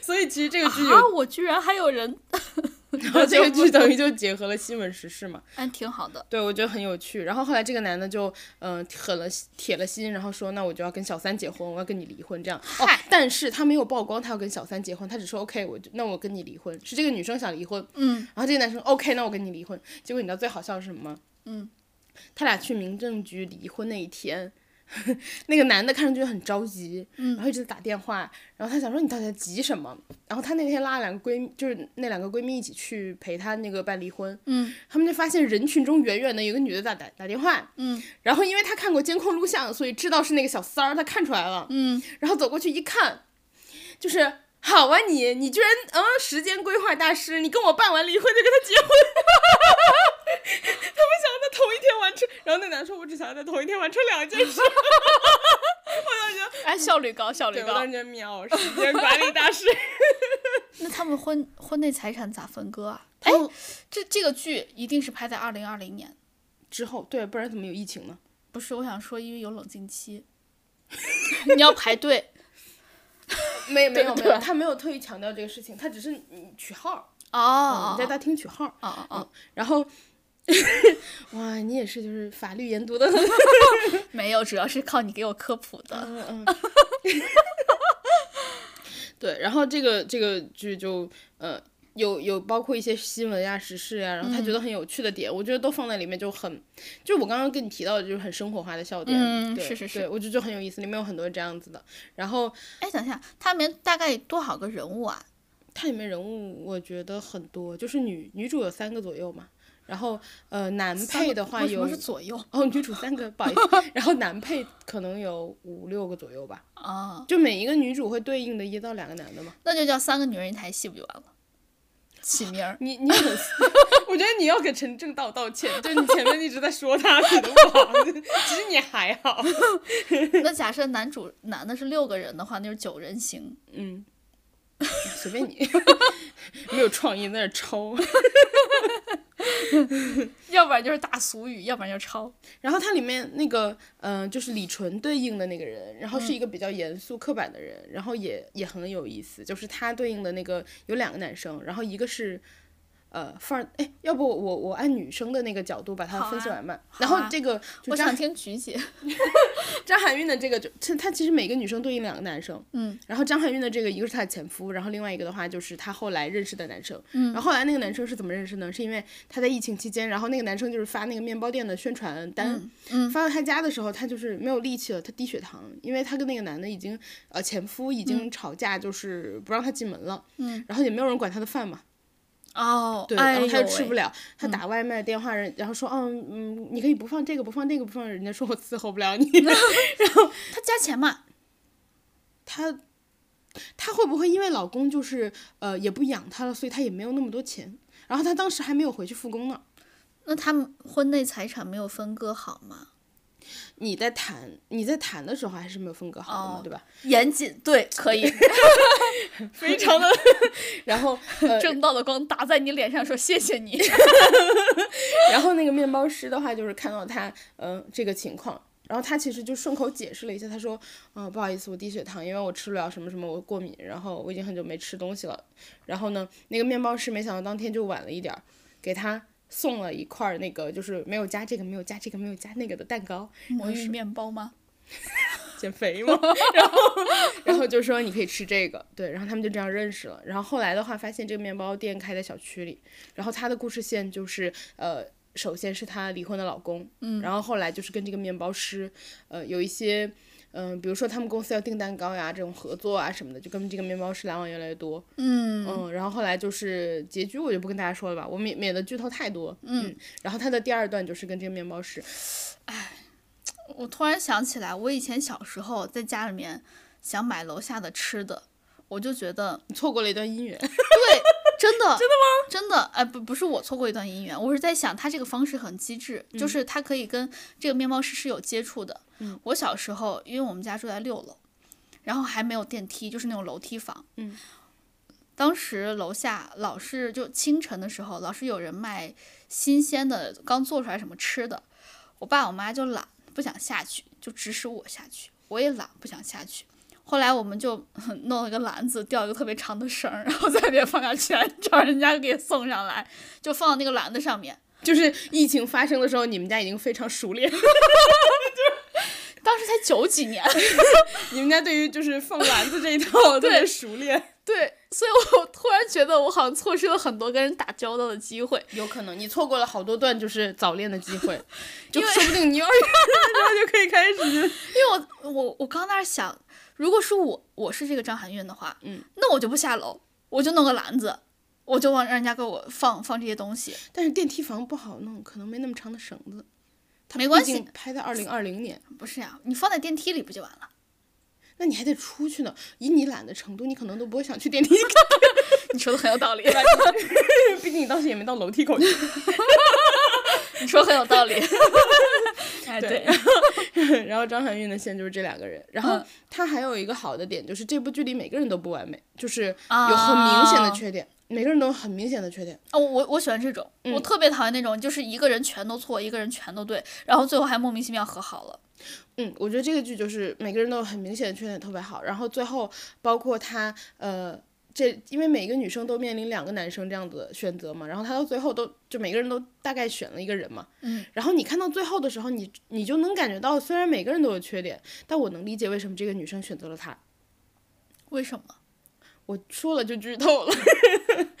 Speaker 2: 所以其实 这个剧有，
Speaker 1: 啊，我居然还有人，
Speaker 2: 然后这个剧等于就结合了新闻时事嘛，
Speaker 1: 哎，挺好的。
Speaker 2: 对我觉得很有趣。然后后来这个男的就嗯、呃狠了铁了心，然后说那我就要跟小三结婚，我要跟你离婚这样。哦
Speaker 1: 嗨，
Speaker 2: 但是他没有曝光他要跟小三结婚，他只说 OK，我就那我跟你离婚，是这个女生想离婚，
Speaker 1: 嗯，
Speaker 2: 然后这个男生 OK，那我跟你离婚。结果你知道最好笑的是什么吗？
Speaker 1: 嗯，
Speaker 2: 他俩去民政局离婚那一天， 那个男的看上去就很着急，
Speaker 1: 嗯
Speaker 2: 然后一直打电话，然后他想说你到底在急什么？然后他那天拉了两个闺蜜，就是那两个闺蜜一起去陪他那个办离婚，
Speaker 1: 嗯
Speaker 2: 他们就发现人群中远远的有个女的打打打电话，
Speaker 1: 嗯
Speaker 2: 然后因为他看过监控录像，所以知道是那个小三儿，他看出来了，
Speaker 1: 嗯，
Speaker 2: 然后走过去一看，就是好啊你，你居然嗯时间规划大师，你跟我办完离婚就跟他结婚， 他们想在同一天完成，然后那男的说我只想在同一天完成两 件事，
Speaker 1: 哎，效率高，效率
Speaker 2: 对我
Speaker 1: 高
Speaker 2: 当时。觉得秒时间 管理大师，
Speaker 1: 那他们婚婚内财产咋分割啊？
Speaker 2: 哎
Speaker 1: 这这个剧一定是拍在二零二零年，
Speaker 2: 之后对，不然怎么有疫情呢？
Speaker 1: 不是？我想说，因为有冷静期， 你要排队
Speaker 2: 没没
Speaker 1: 对
Speaker 2: 有没
Speaker 1: 对
Speaker 2: 有，
Speaker 1: 吧
Speaker 2: 他没有特意强调这个事情，他只是嗯取号，
Speaker 1: 哦
Speaker 2: 嗯你在大厅取号，
Speaker 1: 哦哦哦，
Speaker 2: 然后 哇你也是就是法律研读的 很
Speaker 1: 没有，主要是靠你给我科普的。
Speaker 2: 嗯，嗯， 对，然后这个这个剧就呃有有包括一些新闻呀、时事呀，然后他
Speaker 1: 嗯
Speaker 2: 觉得很有趣的点，我觉得都放在里面就很，就我刚刚跟你提到的就是很生活化的笑点，
Speaker 1: 嗯
Speaker 2: 对
Speaker 1: 是是是
Speaker 2: 对我觉得就很有意思，里面有很多这样子的。然后
Speaker 1: 哎，等一下，他们大概有多少个人物啊？
Speaker 2: 它里面人物我觉得很多，就是女女主有三个左右嘛，然后呃男配的话
Speaker 1: 为什
Speaker 2: 有
Speaker 1: 么是左右
Speaker 2: 哦女主三个，不好 意思，然后男配可能有五六个左右吧，
Speaker 1: 啊？
Speaker 2: 就每一个女主会对应的一到两个男的嘛。，
Speaker 1: 那就叫三个女人一台戏不就完了？起名儿
Speaker 2: 你你很， 我觉得你要给陈正道道歉，就你前面一直在说他你的不好， 其实你还好。
Speaker 1: 那假设男主男的是六个人的话，那就是九人行。
Speaker 2: 嗯， 随便你， 没有创意在那儿抄。
Speaker 1: 要不然就是大俗语，要不然就是抄。
Speaker 2: 然后它里面那个，嗯、就是李纯对应的那个人，然后是一个比较严肃刻板的人，然后也也很有意思，就是他对应的那个有两个男生，然后一个是。呃，范儿，哎，要不我我我按女生的那个角度把它
Speaker 1: 好啊
Speaker 2: 分析完吧。
Speaker 1: 好
Speaker 2: 然后
Speaker 1: 啊
Speaker 2: 这个就
Speaker 1: 我
Speaker 2: 张
Speaker 1: 想听菊姐。
Speaker 2: 张含韵的这个就，她她其实每个女生对应两个男生，
Speaker 1: 嗯，
Speaker 2: 然后张含韵的这个一个是她的前夫，然后另外一个的话就是她后来认识的男生，嗯，然后后来那个男生是怎么认识呢？是因为她在疫情期间，然后那个男生就是发那个面包店的宣传单，
Speaker 1: 嗯
Speaker 2: 发到她家的时候，她就是没有力气了，她低血糖，因为她跟那个男的已经呃前夫已经吵架，就是不让她进门了，
Speaker 1: 嗯，
Speaker 2: 然后也没有人管她的饭嘛，
Speaker 1: 哦，
Speaker 2: 对，
Speaker 1: 哎
Speaker 2: 然后
Speaker 1: 呦
Speaker 2: 他就吃不
Speaker 1: 喂，嗯
Speaker 2: 了，他打外卖电话人，然后说，嗯嗯，你可以不放这个，不放那个，不放，人家说我伺候不了你，
Speaker 1: 他加钱嘛？
Speaker 2: 她她会不会因为老公就是呃也不养她了，所以她也没有那么多钱？然后她当时还没有回去复工呢。
Speaker 1: 那他们婚内财产没有分割好吗？
Speaker 2: 你在谈你在谈的时候还是没有分割好的嘛，
Speaker 1: 哦
Speaker 2: 对吧？
Speaker 1: 严谨，对，可以， 非常的
Speaker 2: 然后呃，
Speaker 1: 正道的光打在你脸上，说谢谢你。
Speaker 2: 然后那个面包师的话就是看到她嗯、呃这个情况，然后他其实就顺口解释了一下，他说嗯、不好意思，我低血糖，因为我吃不了什么什么，我过敏，然后我已经很久没吃东西了。然后呢，那个面包师没想到当天就晚了一点儿，给她送了一块儿那个就是没有加这个没有加这个没有加那个的蛋糕，
Speaker 1: 魔芋面包吗？
Speaker 2: 减肥 嘛，然后然后就说你可以吃这个，对，然后他们就这样认识了。然后后来的话，发现这个面包店开在小区里，然后她的故事线就是呃。首先是她离婚的老公，嗯，然后后来就是跟这个面包师，呃，有一些，嗯、比如说他们公司要订蛋糕呀，这种合作啊什么的，就跟这个面包师来往越来越多，嗯然后后来就是结局我就不跟大家说了吧，我免免得剧透太多，嗯然后她的第二段就是跟这个面包师，
Speaker 1: 我突然想起来，我以前小时候在家里面想买楼下的吃的，我就觉得
Speaker 2: 你错过了一段姻缘，
Speaker 1: 对， 真的，真的吗？真的，哎，不，不是我错过一段姻缘，我是在想他这个方式很机智，就是他可以跟这个面包师是有接触的。嗯，我小时候，因为我们家住在六楼，然后还没有电梯，就是那种楼梯房。
Speaker 2: 嗯，
Speaker 1: 当时楼下老是就清晨的时候，老是有人卖新鲜的刚做出来什么吃的，我爸我妈就懒，不想下去，就指使我下去，我也懒，不想下去。后来我们就弄了个篮子，吊一个特别长的绳儿， 然后在里面放下钱，找人家给送上来，就放到那个篮子上面。
Speaker 2: 就是疫情发生的时候，你们家已经非常熟 练，
Speaker 1: 当时才九几年，
Speaker 2: 你们家对于就是放篮子这 一套特别熟练。
Speaker 1: 对，所以我突然觉得我好像错失了很多跟人打交道的机会。
Speaker 2: 有可能你错过了好多段就是早恋的机 会，就 说不定你幼儿园的时候就可以开始。
Speaker 1: 因为我我我刚在那儿想，如果是我我是这个张含韵的话，
Speaker 2: 嗯，
Speaker 1: 那我就不下楼，我就弄个篮子，我就往让人家给我放放这些东西。
Speaker 2: 但是电梯房不好弄，可能没那么长的绳子。它
Speaker 1: 没关
Speaker 2: 毕
Speaker 1: 系
Speaker 2: 竟拍在二零二零年，
Speaker 1: 不是呀、你放在电梯里不就完了？
Speaker 2: 那你还得出去呢。以你懒的程度，你可能都不会想去电梯 看
Speaker 1: 你说的很有道理，
Speaker 2: 吧，毕竟你当时也没到楼梯口去。
Speaker 1: 你说得很有道 理。 哎，
Speaker 2: 对， 然后张含韵的线就是这两个人，然后
Speaker 1: 嗯
Speaker 2: 她还有一个好的点就是这部剧里每个人都不完美，就是
Speaker 1: 啊
Speaker 2: 有很明显的缺点，每个人都有很明显的缺点。
Speaker 1: 哦，我我喜欢这种，我特别讨厌那种就是一个人全都错，一个人全都对，然后最后还莫名其妙和好了。
Speaker 2: 嗯，我觉得这个剧就是每个人都有很明显的缺点，特别好。然后最后包括她呃。这因为每个女生都面临两个男生这样子的选择嘛，然后她到最后都就每个人都大概选了一个人嘛，
Speaker 1: 嗯，
Speaker 2: 然后你看到最后的时候，你你就能感觉到，虽然每个人都有缺点，但我能理解为什么这个女生选择了他。
Speaker 1: 为什么？
Speaker 2: 我说了就剧透了，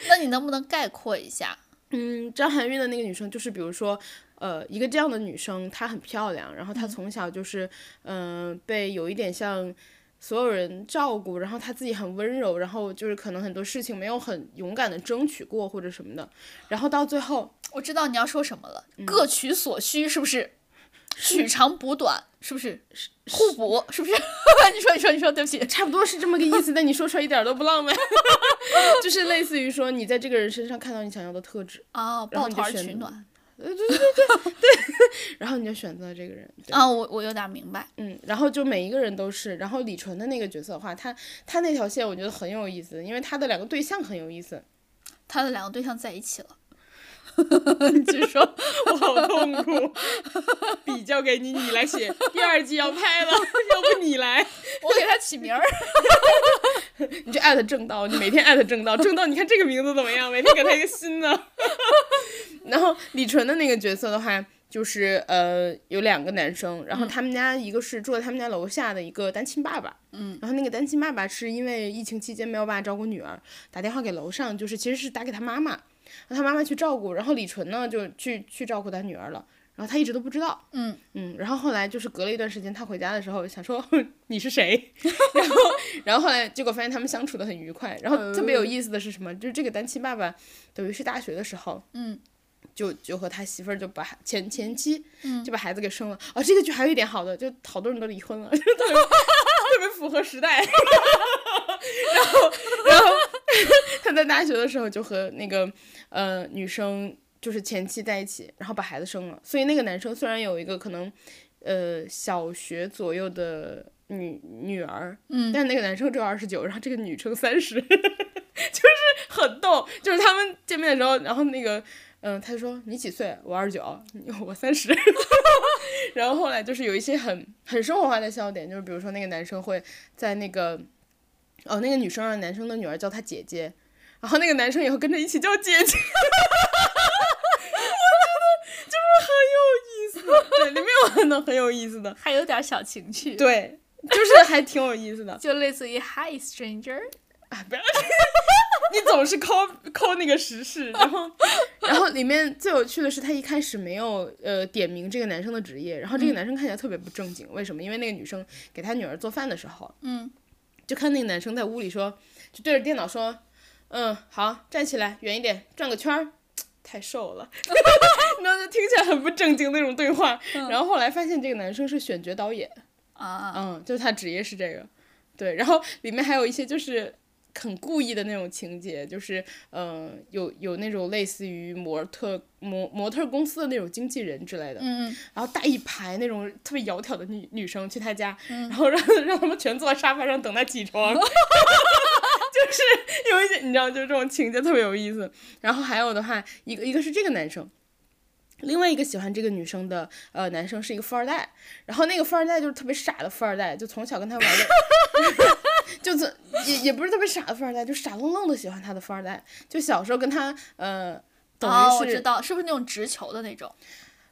Speaker 1: 那你能不能概括一下？
Speaker 2: 嗯，张含韵的那个女生，就是比如说，呃，一个这样的女生，她很漂亮，然后她从小就是，嗯、被有一点像所有人照顾，然后她自己很温柔，然后就是可能很多事情没有很勇敢的争取过或者什么的，然后到最 后，
Speaker 1: 我知道你要说什么了，各取所需，是不嗯是？取长补短，是不是？互补，是 不是？你说，你说，你说，对不起。
Speaker 2: 差不多是这么个意思，但你说出来一点儿都不浪漫， 就是类似于说你在这个人身上看到你想要的特质，
Speaker 1: 哦，
Speaker 2: 然
Speaker 1: 抱
Speaker 2: 后你就
Speaker 1: 团儿
Speaker 2: 选
Speaker 1: 取暖
Speaker 2: 然后你就选择了这个人。对
Speaker 1: 啊，我我有点明白。
Speaker 2: 嗯，然后就每一个人都是，然后李纯的那个角色的话，他他那条线我觉得很有意思，因为他的两个对象很有意思，
Speaker 1: 他的两个对象在一起了，据说
Speaker 2: 我好痛苦。 比较给你，你来写，第二季要拍了， 要不你来，
Speaker 1: 我给他起名儿。
Speaker 2: 你就艾特正道，你每天艾特正道，正道，你看这个名字怎么样？每天给他一个新的。 然后李纯的那个角色的话。就是呃，有两个男生，然后他们家一个是住在他们家楼下的一个单亲爸爸，嗯，然后那个单亲爸爸是因为疫情期间没有办法照顾女儿，打电话给楼上，就是其实是打给他妈妈，让他妈妈去照顾，然后李纯呢就去去照顾他女儿了。然后他一直都不知道，
Speaker 1: 嗯
Speaker 2: 嗯，然后后来就是隔了一段时间，他回家的时候想说 你是谁， 然后然后后来结果发现他们相处的很愉快，然
Speaker 1: 嗯
Speaker 2: 后特别有意思的是什么？就是这个单亲爸爸等于是大学的时候，
Speaker 1: 嗯，
Speaker 2: 就就和他媳妇儿就把前前妻，
Speaker 1: 嗯
Speaker 2: 就把孩子给生了。哦，这个剧还有一点好的，就好多人都离婚了，就 特别特别符合时代。然后然后他在大学的时候就和那个呃女生就是前妻在一起，然后把孩子生了。所以那个男生虽然有一个可能呃小学左右的女女儿，
Speaker 1: 嗯
Speaker 2: 但那个男生只有二十九，然后这个女生三十， 就是很逗。就是他们见面的时候，然后那个嗯、呃他就说你几岁？我二十九，你我三十。 然后后来就是有一些很很生活化的笑点，就是比如说那个男生会在那个哦那个女生让男生的女儿叫她姐姐，然后那个男生也会跟着一起叫姐 姐。我觉得就是很有意思，对，里面有很多很有意思的，
Speaker 1: 还有点小情趣，
Speaker 2: 对，就是还挺有意思的。
Speaker 1: 就类似于 Hi Stranger，
Speaker 2: 啊，不要， 你总是抠抠那个时 事，然后，然后里面最有趣的是，他一开始没有呃点名这个男生的职业，然后这个男生看起来特别不正经，为什么？因为那个女生给他女儿做饭的时候，
Speaker 1: 嗯，
Speaker 2: 就看那个男生在屋里说，就对着电脑说，嗯，好，站起来，远一点，转个圈儿。太瘦 了，你知道，就听起来很不正经那种对话。然后后来发现这个男生是选角导演，
Speaker 1: 啊，
Speaker 2: 嗯，就是他职业是这个，对，然后里面还有一些就是很故意的那种情节，就是嗯、呃有有那种类似于模特模模特公司的那种经纪人之类的，
Speaker 1: 嗯，
Speaker 2: 然后带一排那种特别窈窕的女女生去他家，
Speaker 1: 嗯
Speaker 2: 然后让 让他们全坐在沙发上等他起 床，就是有一些你知道，就是这种情节特别有意思。然后还有的话，一个一个是这个男生。另外一个喜欢这个女生的呃男生是一个富二代，然后那个富二代就是特别傻的富二代，就从小跟他玩的， 就从也也不是特别傻的富二代，就傻愣愣的喜欢他的富二代，就小时候跟他呃等
Speaker 1: 哦，我
Speaker 2: 于
Speaker 1: 知
Speaker 2: 是、
Speaker 1: 道，是不是那种直球的那种，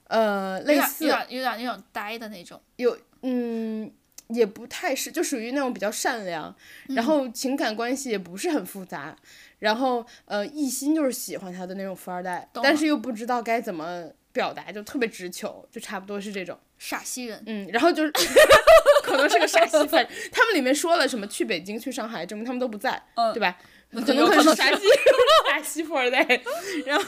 Speaker 2: 呃
Speaker 1: 有
Speaker 2: 类
Speaker 1: 点
Speaker 2: 似
Speaker 1: 有点有点那种呆的那种，
Speaker 2: 有嗯，也不太是，就属于那种比较善良，
Speaker 1: 嗯
Speaker 2: 然后情感关系也不是很复杂，然后呃一心就是喜欢他的那种富二代，
Speaker 1: 懂
Speaker 2: 但
Speaker 1: 了
Speaker 2: 是又不知道该怎么表达，就特别直球，就差不多是这种。
Speaker 1: 陕西人，
Speaker 2: 嗯，然后就是 可能是个傻媳妇儿，他们里面说了什么去北京、去上海，证明他们都不在，
Speaker 1: 嗯
Speaker 2: 对吧？
Speaker 1: 有
Speaker 2: 可能
Speaker 1: 可
Speaker 2: 会是
Speaker 1: 能
Speaker 2: 傻媳傻媳富二代，然后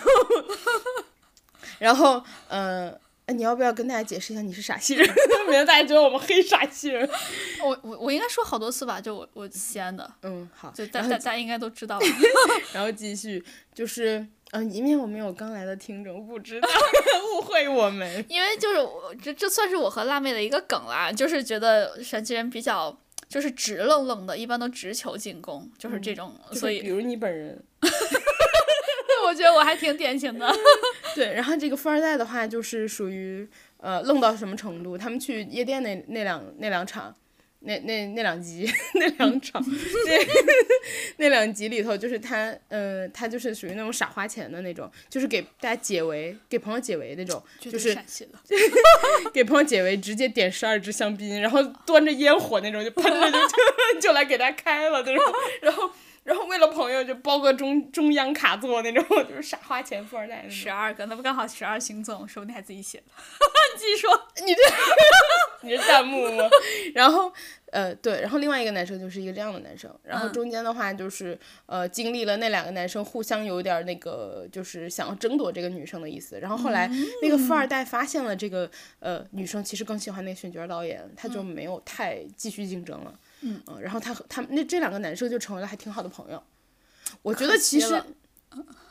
Speaker 2: 然后呃。哎你要不要跟大家解释一下你是陕西 人？免得大家觉得我们黑陕西人。
Speaker 1: 我我我应该说好多次吧，就我我西安的，
Speaker 2: 嗯，好。
Speaker 1: 就大
Speaker 2: 然
Speaker 1: 大
Speaker 2: 后
Speaker 1: 大家应该都知 道吧，
Speaker 2: 然后继续，就是嗯，以免我们有刚来的听众不知道 误会我们。
Speaker 1: 因为就是我这这算是我和辣妹的一个梗啦，就是觉得陕西人比较就是直愣愣的，一般都直球进攻，就是这种，
Speaker 2: 嗯就是
Speaker 1: 所
Speaker 2: 比
Speaker 1: 以
Speaker 2: 如你本人，
Speaker 1: 我觉得我还挺典型 的。
Speaker 2: 对，然后这个富二代的话，就是属于呃愣到什么程度？他们去夜店那那两那两场，那那那两集 那两场，那 那两集里头，就是他呃他就是属于那种傻花钱的那种，就是给大家解围，给朋友解围那种，
Speaker 1: 绝
Speaker 2: 就
Speaker 1: 对
Speaker 2: 是
Speaker 1: 陕西的，
Speaker 2: 给朋友解围，直接点十二支香槟，然后端着烟火那种，就喷着就就 就来给他开了那种，然后。然后为了朋友就包个中中央卡座那种，就是傻花钱富二代那种。
Speaker 1: 十二个，那不刚好十二星座？我说不定还自己写的。 你继续说，
Speaker 2: 你是弹幕吗？ 然后，呃，对，然后另外一个男生就是一个这样的男生，然后
Speaker 1: 嗯
Speaker 2: 中间的话就是，呃，经历了那两个男生互相有点儿那个，就是想要争夺这个女生的意思。然后后来那个富二代发现了这个，呃，女生其实更喜欢那个选角导演，他就没有太继续竞争了。
Speaker 1: 嗯
Speaker 2: 呃然后他和他们那这两个男生就成为了还挺好的朋友。我觉得
Speaker 1: 可
Speaker 2: 其
Speaker 1: 惜
Speaker 2: 实
Speaker 1: 了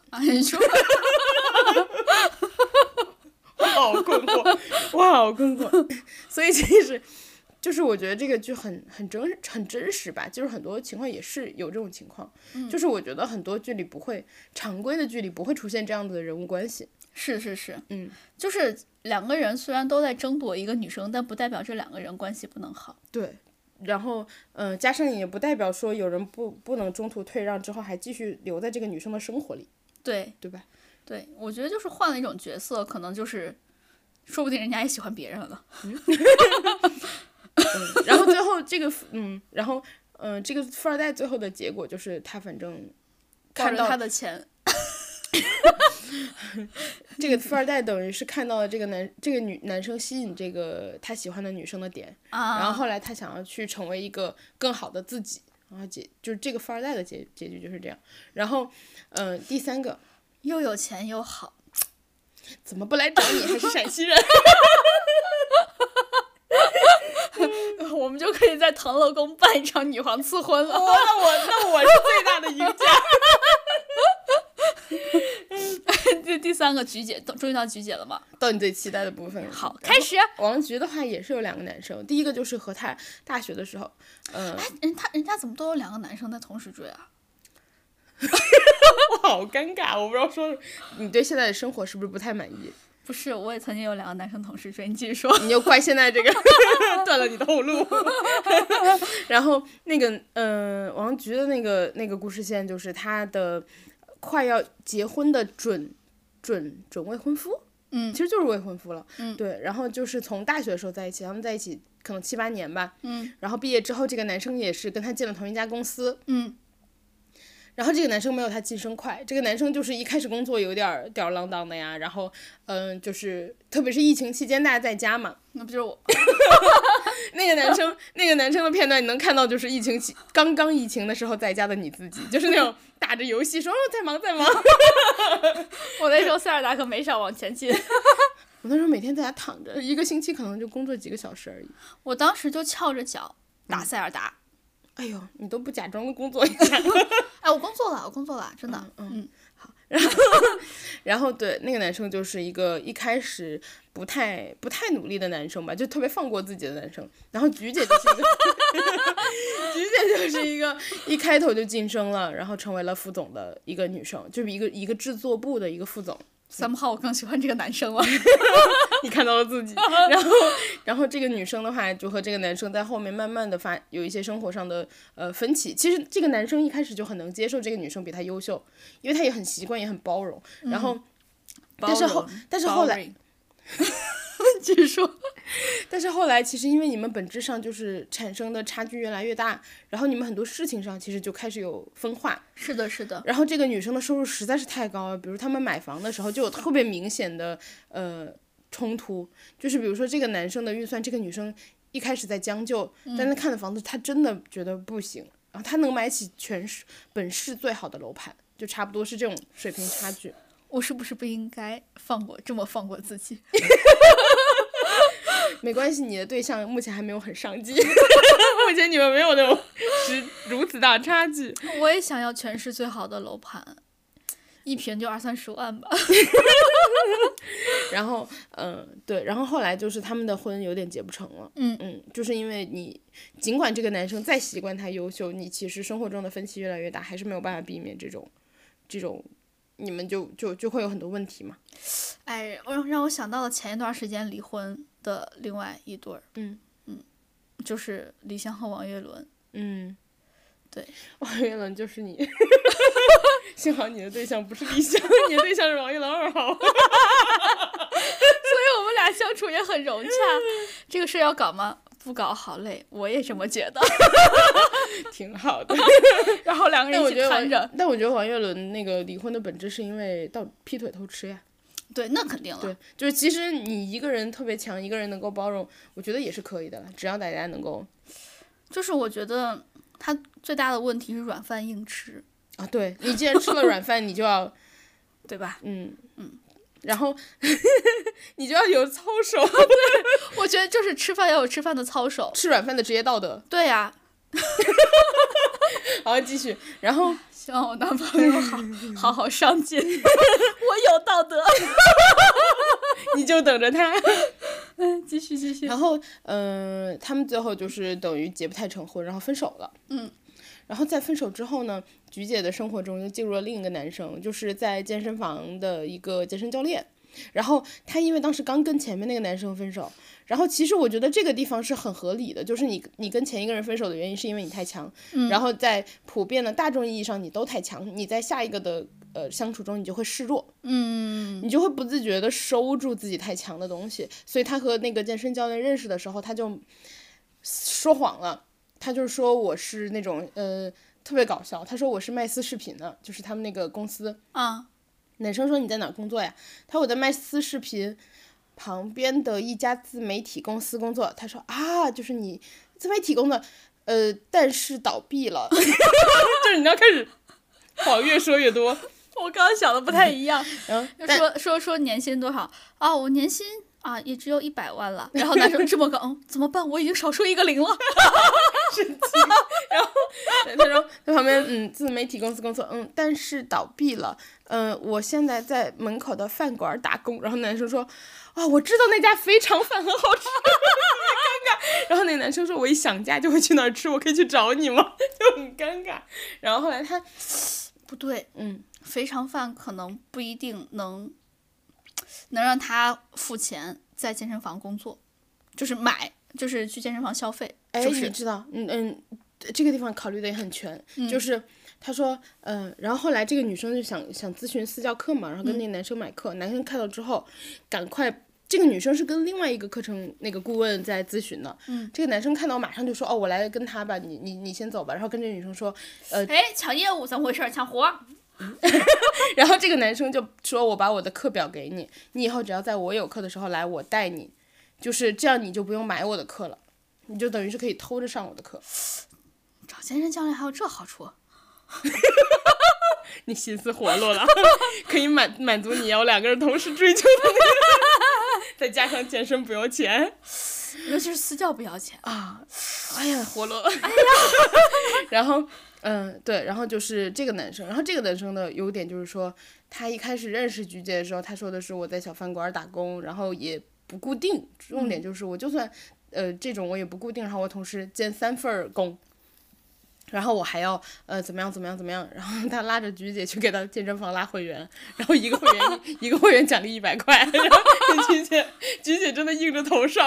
Speaker 1: 啊，你说，
Speaker 2: 我好困惑，我好困惑。 所以其实就是我觉得这个剧很很真很真实吧，就是很多情况也是有这种情况，就是我觉得很多剧里不会常规的剧里不会出现这样子的人物关系。
Speaker 1: 是是是，
Speaker 2: 嗯，
Speaker 1: 就是两个人虽然都在争夺一个女生，但不代表这两个人关系不能好。
Speaker 2: 对。然后，嗯、加上也不代表说有人不不能中途退让之后还继续留在这个女生的生活里，
Speaker 1: 对
Speaker 2: 对吧？
Speaker 1: 对，我觉得就是换了一种角色，可能就是，说不定人家也喜欢别人 了呢。
Speaker 2: 嗯， 然后最后这个，嗯，然后，嗯、这个富二代最后的结果就是他反正
Speaker 1: 看
Speaker 2: 看
Speaker 1: 着
Speaker 2: 到
Speaker 1: 他的钱，
Speaker 2: 这个富二代等于是看到了这个男这个女男生吸引这个他喜欢的女生的点，
Speaker 1: 啊，
Speaker 2: 然后后来他想要去成为一个更好的自己，然后结就是这个富二代的结结局就是这样。然后，呃，第三个
Speaker 1: 又有钱又好，
Speaker 2: 怎么不来找你？还是陕西人？
Speaker 1: 我们就可以在唐乐宫办一场女皇赐婚了。
Speaker 2: 那我那我是最大的赢家。
Speaker 1: 这第三个菊姐，都终于到菊姐了嘛？
Speaker 2: 到你最期待的部分了。
Speaker 1: 好，开始。
Speaker 2: 王菊的话也是有两个男生，第一个就是和他大学的时候，呃，
Speaker 1: 哎人他人家怎么都有两个男生在同时追啊？
Speaker 2: 我好尴尬，我不知道说你对现在的生活是不是不太满意，
Speaker 1: 不是，我也曾经有两个男生同时追，你继续说。
Speaker 2: 你就怪现 在这个断了你的后路。 然后那个，呃，王菊的那个那个故事线就是她的快要结婚的准准准未婚夫，
Speaker 1: 嗯
Speaker 2: 其实就是未婚夫了，
Speaker 1: 嗯
Speaker 2: 对。然后就是从大学的时候在一起，他们在一起可能七八年吧，
Speaker 1: 嗯
Speaker 2: 然后毕业之后，这个男生也是跟他进了同一家公司，
Speaker 1: 嗯
Speaker 2: 然后这个男生没有他晋升快，这个男生就是一开始工作有点儿吊儿郎当的呀，然后嗯、就是特别是疫情期间大家在家嘛，
Speaker 1: 那不就是我？
Speaker 2: 那个男生那个男生的片段你能看到，就是疫情期刚刚疫情的时候在家的你自己，就是那种打着游戏说哦在忙在忙，
Speaker 1: 我那时候塞尔达可没少往前进，
Speaker 2: 我那时候每天在家躺着，一个星期可能就工作几个小时而已。
Speaker 1: 我当时就翘着脚打塞尔达。
Speaker 2: 哎呦，你都不假装的工作一下，
Speaker 1: 哎，我工作了，我工作了，真的。嗯
Speaker 2: 然后对那个男生就是一个一开始不太不太努力的男生吧，就特别放过自己的男生。然后菊姐就是一个， 菊姐就是一个一开头就晋升了，然后成为了副总的一个女生，就是一个一个制作部的一个副总。
Speaker 1: ，somehow 我更喜欢这个男生 了。
Speaker 2: 你看到了自己，然后然后这个女生的话就和这个男生在后面慢慢的发有一些生活上的呃分歧。其实这个男生一开始就很能接受这个女生比他优秀，因为他也很习惯也很包容。然后，但是后
Speaker 1: 包容
Speaker 2: 但是后来。
Speaker 1: 继续说。
Speaker 2: 但是后来，其实因为你们本质上就是产生的差距越来越大，然后你们很多事情上其实就开始有分化。
Speaker 1: 是的，是的。
Speaker 2: 然后这个女生的收入实在是太高了，比如他们买房的时候就有特别明显的呃冲突，就是比如说这个男生的预算，这个女生一开始在将就，但她看的房子她真的觉得不行，然后她能买起全市本市最好的楼盘，就差不多是这种水平差距。
Speaker 1: 我是不是不应该放过这么放过自己？
Speaker 2: 没关系，你的对象目前还没有很上进， 目前你们没有那种是如此大差距。
Speaker 1: 我也想要全市最好的楼盘，一平就二三十万吧。
Speaker 2: 然后，嗯、对，然后后来就是他们的婚有点结不成了。
Speaker 1: 嗯
Speaker 2: 嗯，就是因为你尽管这个男生再习惯他优秀，你其实生活中的分歧越来越大，还是没有办法避免这种这种，你们就就就会有很多问题嘛。
Speaker 1: 哎，我让我想到了前一段时间离婚的另外一对儿，
Speaker 2: 嗯
Speaker 1: 嗯，就是李湘和王岳 伦。
Speaker 2: 嗯，
Speaker 1: 对，
Speaker 2: 王岳伦就是你。 幸好你的对象不是李湘，你的对象是王岳伦二号。
Speaker 1: 所以我们俩相处也很融洽。 这个事儿要搞吗？不搞好累，我也这么觉得。
Speaker 2: 挺好的。
Speaker 1: 然后两个人
Speaker 2: 但我
Speaker 1: 一
Speaker 2: 觉
Speaker 1: 起
Speaker 2: 得
Speaker 1: 看着
Speaker 2: 王，，但我觉得王岳伦那个离婚的本质是因为到劈腿偷吃呀。
Speaker 1: 对，那肯定了。
Speaker 2: 对，就是其实你一个人特别强，一个人能够包容，我觉得也是可以的了，只要大家能够
Speaker 1: 就是我觉得他最大的问题是软饭硬吃，
Speaker 2: 啊，对你既然吃了软饭，你就要
Speaker 1: 对吧？
Speaker 2: 嗯嗯，然后 你就要有操守，
Speaker 1: 我觉得就是吃饭要有吃饭的操守。
Speaker 2: 吃软饭的职业道德。
Speaker 1: 对呀、
Speaker 2: 好，继续，然后
Speaker 1: 希望我男朋友好好好上进， 我有道德。
Speaker 2: 你就等着他。
Speaker 1: 继续继续。
Speaker 2: 然后，嗯、他们最后就是等于结不太成婚，然后分手了。
Speaker 1: 嗯，
Speaker 2: 然后在分手之后呢，菊姐的生活中就进入了另一个男生，就是在健身房的一个健身教练。然后她因为当时刚跟前面那个男生分手，然后其实我觉得这个地方是很合理的，就是你你跟前一个人分手的原因是因为你太强，然后在普遍的大众意义上你都太强，你在下一个的呃相处中你就会示弱，
Speaker 1: 嗯，
Speaker 2: 你就会不自觉的收住自己太强的东西。所以他和那个健身教练认识的时候，他就说谎了，他就说我是那种呃特别搞笑，他说我是卖丝饰品的，就是他们那个公司。
Speaker 1: 啊，
Speaker 2: 男生说你在哪儿工作呀？他说我在麦斯视频旁边的一家自媒体公司工作。他说啊，就是你自媒体工作，呃，但是倒闭了， 就是你要开始谎越说越多。
Speaker 1: 我刚刚想的不太一样，
Speaker 2: 然后
Speaker 1: 就
Speaker 2: 但
Speaker 1: 说说说年薪多少啊？我年薪啊也只有一百万了。然后他说这么高，嗯，怎么办？我已经少说一个零了。
Speaker 2: 他说在旁边嗯自媒体公司工作，嗯，但是倒闭了。嗯、我现在在门口的饭馆打工。然后男生说啊、我知道那家肥肠饭很好吃， 很尴尬。然后那男生说，我一想家就会去那儿吃，我可以去找你吗？ 就很尴尬。然后后来他
Speaker 1: 不对，
Speaker 2: 嗯，
Speaker 1: 肥肠饭可能不一定能能让他付钱在健身房工作，就是买，就是去健身房消费，
Speaker 2: 哎，
Speaker 1: 就
Speaker 2: 你
Speaker 1: 是
Speaker 2: 知道，嗯嗯，这个地方考虑的也很全，就是他说，呃，然后后来这个女生就想想咨询私教课嘛，然后跟那个男生买课，男生看到之后，赶快。这个女生是跟另外一个课程那个顾问在咨询的，嗯，这个男生看到马上就说，哦，我来跟他吧，你你你先走吧，然后跟这个女生说，
Speaker 1: 哎抢业务怎么回事？抢活儿。
Speaker 2: 然后这个男生就说，我把我的课表给你，你以后只要在我有课的时候来，我带你，就是这样，你就不用买我的课了，你就等于是可以偷着上我的课，
Speaker 1: 找健身教练还有这好处？
Speaker 2: 你心思活络了， 可以满满足你要两个人同时追求的那个， 再加上健身不要钱
Speaker 1: 尤其是私教不要钱，
Speaker 2: 啊！哎呀， 活络了。然后，嗯、对，然后就是这个男生，然后这个男生的优点就是说，他一开始认识菊姐的时候，他说的是我在小饭馆打工，然后也不固定，重点就是我就算、呃这种我也不固定，然后我同时兼三份儿工。然后我还要呃怎么样怎么样怎么样，然后他拉着菊姐去给他健身房拉会员， 然后一个会员一个会员奖励一百块，然后菊姐菊姐真的硬着头上，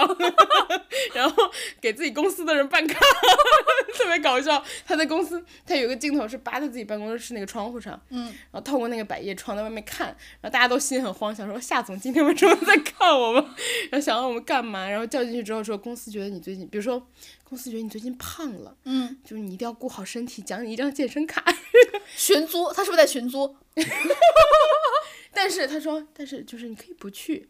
Speaker 2: 然后给自己公司的人办卡， 特别搞笑。他在公司他有一个镜头是扒在自己办公室那个窗户上，
Speaker 1: 嗯，
Speaker 2: 然后透过那个百叶窗在外面看，然后大家都心很慌，想说夏总今天为什么在看我们， 然后想要我们干嘛，然后叫进去之后说公司觉得你最近，比如说公司觉得你最近胖了。
Speaker 1: 嗯，
Speaker 2: 就是你一定要顾好身体，奖你一张健身卡。
Speaker 1: 寻租，他是不是在寻租？
Speaker 2: 但是他说，但是就是你可以不去。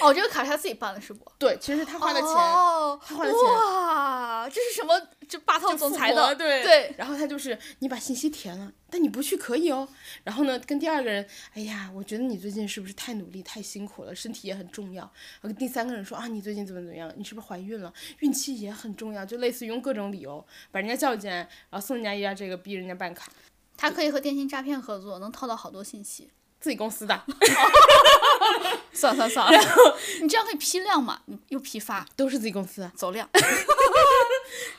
Speaker 1: 哦，这个卡是他自己办的，是不？
Speaker 2: 对，其实是他花的钱，
Speaker 1: 哦，
Speaker 2: 他花的钱
Speaker 1: 哇，这是什么？这霸道
Speaker 2: 就
Speaker 1: 总
Speaker 2: 复
Speaker 1: 裁
Speaker 2: 活
Speaker 1: 的，
Speaker 2: 对
Speaker 1: 对，
Speaker 2: 然后他就是你把信息填了，但你不去可以哦。然后呢，跟第二个人，哎呀，我觉得你最近是不是太努力、太辛苦了，身体也很重要。然后跟第三个人说啊，你最近怎么怎么样，你是不是怀孕了，孕期也很重要，就类似于用各种理由把人家叫进来，然后送人家一家这个，逼人家办卡。
Speaker 1: 他可以和电信诈骗合作，能套到好多信息。
Speaker 2: 自己公司的
Speaker 1: 算算算了，你这样可以批量嘛？你又批发
Speaker 2: 都是自己公司的，
Speaker 1: 走量，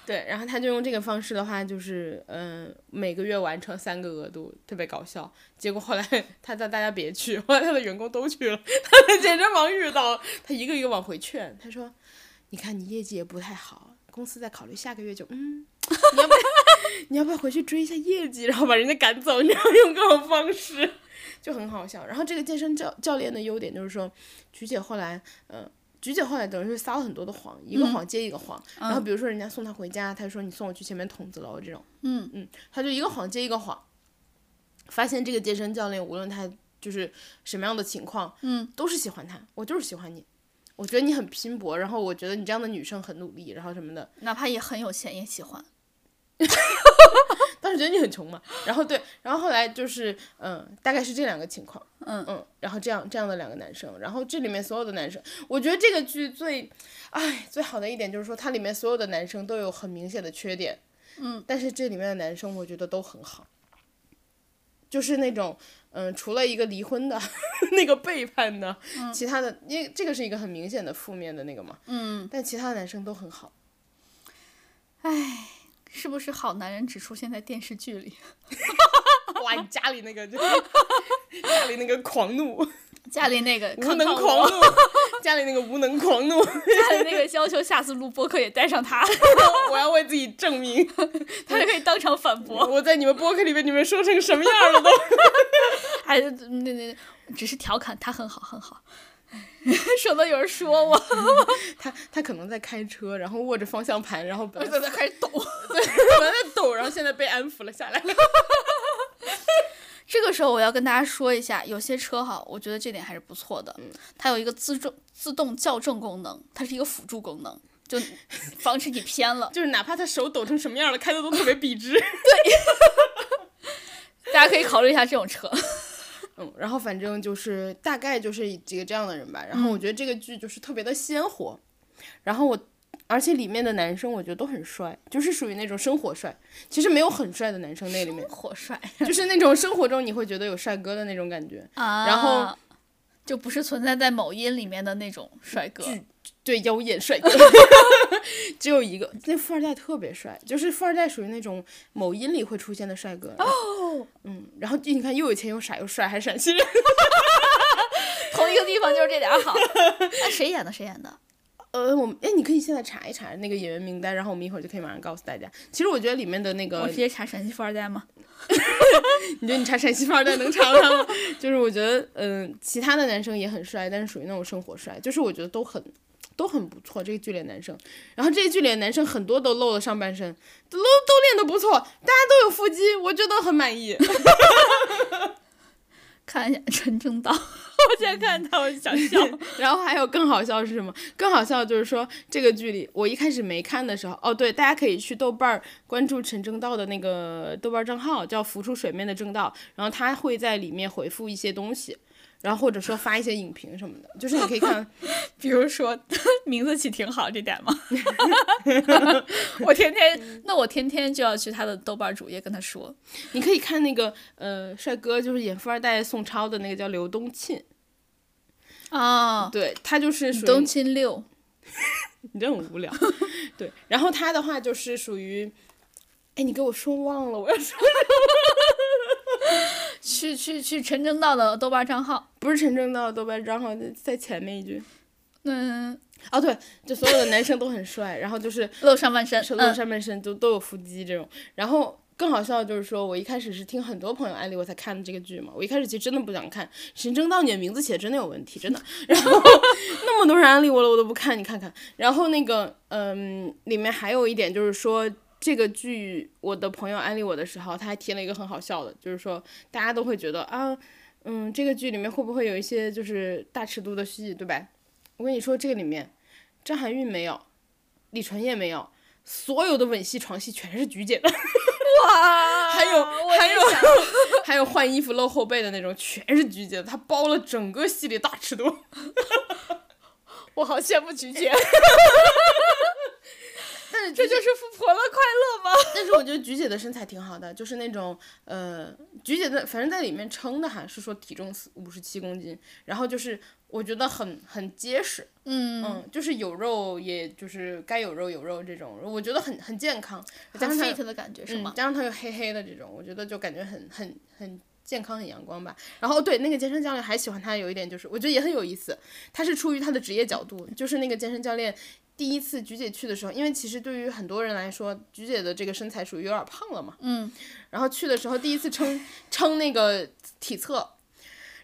Speaker 2: 对，然后他就用这个方式的话，就是嗯、呃每个月完成三个额度，特别搞笑。结果后来他叫大家别去，后来他的员工都去了，他在健身房遇到，他一个一个往回劝，他说：“你看你业绩也不太好，公司在考虑下个月就嗯，你要不要 你要不要回去追一下业绩，然后把人家赶走？你要用各种方式，就很好笑。然后这个健身教教练的优点就是说，菊姐后来嗯。呃菊姐后来等于是撒了很多的谎，一
Speaker 1: 嗯
Speaker 2: 个谎接一个谎，然后比如说人家送她回家，她说你送我去前面筒子楼这种，
Speaker 1: 嗯
Speaker 2: 嗯，她就一个谎接一个谎，发现这个健身教练无论他就是什么样的情况，
Speaker 1: 嗯，
Speaker 2: 都是喜欢他，我就是喜欢你，我觉得你很拼搏，然后我觉得你这样的女生很努力，然后什么的，
Speaker 1: 哪怕也很有钱也喜欢。
Speaker 2: 当时觉得你很穷嘛，然后对，然后后来就是嗯、大概是这两个情况，
Speaker 1: 嗯
Speaker 2: 嗯，然后这样这样的两个男生，然后这里面所有的男生，我觉得这个剧最，哎，最好的一点就是说它里面所有的男生都有很明显的缺点，嗯，但是这里面的男生我觉得都很好，就是那种嗯、除了一个离婚的 那个背叛的，其他的因为这个是一个很明显的负面的那个嘛，嗯，但其他的男生都很好。
Speaker 1: 唉，是不是好男人只出现在电视剧里？
Speaker 2: 哇，你家里那个就是 家里那个狂怒，
Speaker 1: 家里那个
Speaker 2: 无
Speaker 1: 看
Speaker 2: 能
Speaker 1: 看
Speaker 2: 狂
Speaker 1: 我，
Speaker 2: 怒， 家里那个无能狂怒，
Speaker 1: 家里那个要求下次录播客也带上他，
Speaker 2: 我要为自己证明，
Speaker 1: 他就可以当场反驳。
Speaker 2: 我在你们播客里面你们说成什么样了都。
Speaker 1: 还那那那，只是调侃他很好很好， 省得有人说 我。
Speaker 2: 他他可能在开车，然后握着方向盘，然后本来
Speaker 1: 在开始抖。
Speaker 2: 对本来在抖，然后现在被安抚了下来。
Speaker 1: 这个时候我要跟大家说一下，有些车哈，我觉得这点还是不错的，它有一个自重自动校正功能，它是一个辅助功能，就防止你偏了。
Speaker 2: 就是哪怕他手抖成什么样了，开的都特别笔直。
Speaker 1: 大家可以考虑一下这种车。
Speaker 2: 嗯，然后反正就是大概就是几个这样的人吧。然后我觉得这个剧就是特别的鲜活，然后我而且里面的男生我觉得都很帅，就是属于那种生活帅。其实没有很帅的男生那里 面，
Speaker 1: 火帅
Speaker 2: 就是那种生活中你会觉得有帅哥的那种感觉。
Speaker 1: 啊
Speaker 2: 然后
Speaker 1: 就不是存在在某音里面的那种帅哥，
Speaker 2: 对，妖艳帅哥，只有一个。那富二代特别帅，就是富二代属于那种某音里会出现的帅哥。哦，嗯，然后你看又有钱又傻又帅，还是陕西人。
Speaker 1: 同一个地方就是这点 儿好。那谁演的？谁演的？
Speaker 2: 呃，我们哎，你可以现在查一查那个演员名单，然后我们一会儿就可以马上告诉大家。其实我觉得里面的那
Speaker 1: 我
Speaker 2: 个
Speaker 1: 直，接查陕西富二代吗？
Speaker 2: 你觉得你查陕西富二代能查到他吗？ 就是我觉得，嗯、其他的男生也很帅，但是属于那种生活帅，就是我觉得都很都很不错。这个剧里的男生，然后这些剧里的男生很多都露了上半身，都都练得不错，大家都有腹肌，我觉得很满意。
Speaker 1: 看一下陈正道，我现在看他我就想笑。
Speaker 2: 然后还有更好笑是什么？更好笑就是说这个剧里，我一开始没看的时候，哦对，大家可以去豆瓣儿关注陈正道的那个豆瓣儿账号，叫“浮出水面的正道”，然后他会在里面回复一些东西，然后或者说发一些影评什么的，就是你可以看
Speaker 1: 比如说名字起挺好这点 吗？我天
Speaker 2: 嗯
Speaker 1: 天，那我天天就要去他的豆瓣主页跟他说，
Speaker 2: 你可以看那个呃帅哥，就是演富二代宋超的那个叫刘东庆，
Speaker 1: 啊，
Speaker 2: 对他就是哦属于
Speaker 1: 冬青六，
Speaker 2: 你真很无聊。对，然后他的话就是属于，哎，你给我说忘了，我要说
Speaker 1: 去去去陈正道的豆瓣账号，
Speaker 2: 不是陈正道的豆瓣账号，在前面一句。
Speaker 1: 嗯，
Speaker 2: 哦，对，就所有的男生都很帅，然后就是
Speaker 1: 露上半身，
Speaker 2: 手露
Speaker 1: 嗯，
Speaker 2: 上半身都都有腹肌这种。然后更好笑的就是说，我一开始是听很多朋友安利我才看的这个剧嘛，我一开始其实真的不想看，神正道你的名字写的真的有问题，真的。然后那么多人安利我了，我都不看，你看看。然后那个，嗯，里面还有一点就是说。这个剧，我的朋友安利我的时候，他还提了一个很好笑的，就是说大家都会觉得啊，嗯，这个剧里面会不会有一些就是大尺度的戏，对吧？我跟你说，这个里面张含韵没有，李纯烨没有，所有的吻戏、床戏全是菊姐的，
Speaker 1: 哇，
Speaker 2: 还有
Speaker 1: 啊 我
Speaker 2: 还有
Speaker 1: 在想
Speaker 2: 还有换衣服露后背的那种，全是菊姐的，她包了整个系列大尺度。
Speaker 1: 我好羡慕菊姐，
Speaker 2: 但是
Speaker 1: 这就是富婆的快乐吗？
Speaker 2: 但是我觉得菊姐的身材挺好的，就是那种呃，菊姐的反正在里面称的还是说体重五十七公斤，然后就是我觉得很很结实，
Speaker 1: 嗯，
Speaker 2: 嗯，就是有肉，也就是该有肉有肉这种，我觉得很很健康，加
Speaker 1: 很
Speaker 2: 上她
Speaker 1: fit 的感觉是
Speaker 2: 嗯，
Speaker 1: 吗？
Speaker 2: 加上他又黑黑的这种，我觉得就感觉很很很健康、很阳光吧。然后对那个健身教练还喜欢他有一点就是，我觉得也很有意思，他是出于他的职业 角度，就是那个健身教练。第一次菊姐去的时候，因为其实对于很多人来说，菊姐的这个身材属于有点胖了嘛。
Speaker 1: 嗯。
Speaker 2: 然后去的时候，第一次称称那个体测，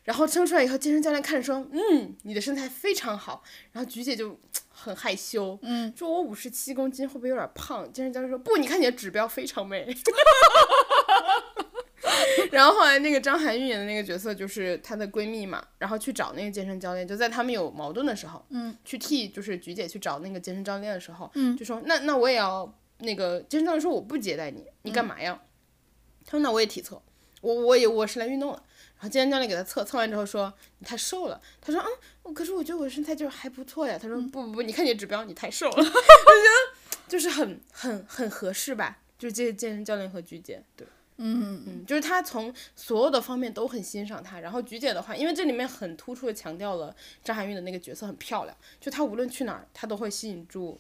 Speaker 2: 然后称出来以后，健身教练看着说：“嗯，你的身材非常好。”然后菊姐就很害羞，
Speaker 1: 嗯，
Speaker 2: 说我五十七公斤会不会有点胖？健身教练说不，你看你的指标非常美。 然后后来那个张含韵演的那个角色就是她的闺蜜嘛，然后去找那个健身教练，就在他们有矛盾的时候，
Speaker 1: 嗯，
Speaker 2: 去替就是菊姐去找那个健身教练的时候，
Speaker 1: 嗯
Speaker 2: 就说那那我也要那个健身教练说我不接待你，你
Speaker 1: 嗯
Speaker 2: 干嘛呀？他说那我也体测，我我也我是来运动的。然后健身教练给他测，测完之后说你太瘦了。他说嗯，可是我觉得我身材就是还不错呀。他说
Speaker 1: 嗯
Speaker 2: 不不不，你看你的指标，你太瘦了。我 觉得就是很很很合适吧，就这个健身教练和菊姐，对，
Speaker 1: 嗯，
Speaker 2: 嗯，就是他从所有的方面都很欣赏她。然后菊姐的话，因为这里面很突出的强调了张含韵的那个角色很漂亮，就她无论去哪儿，她都会吸引住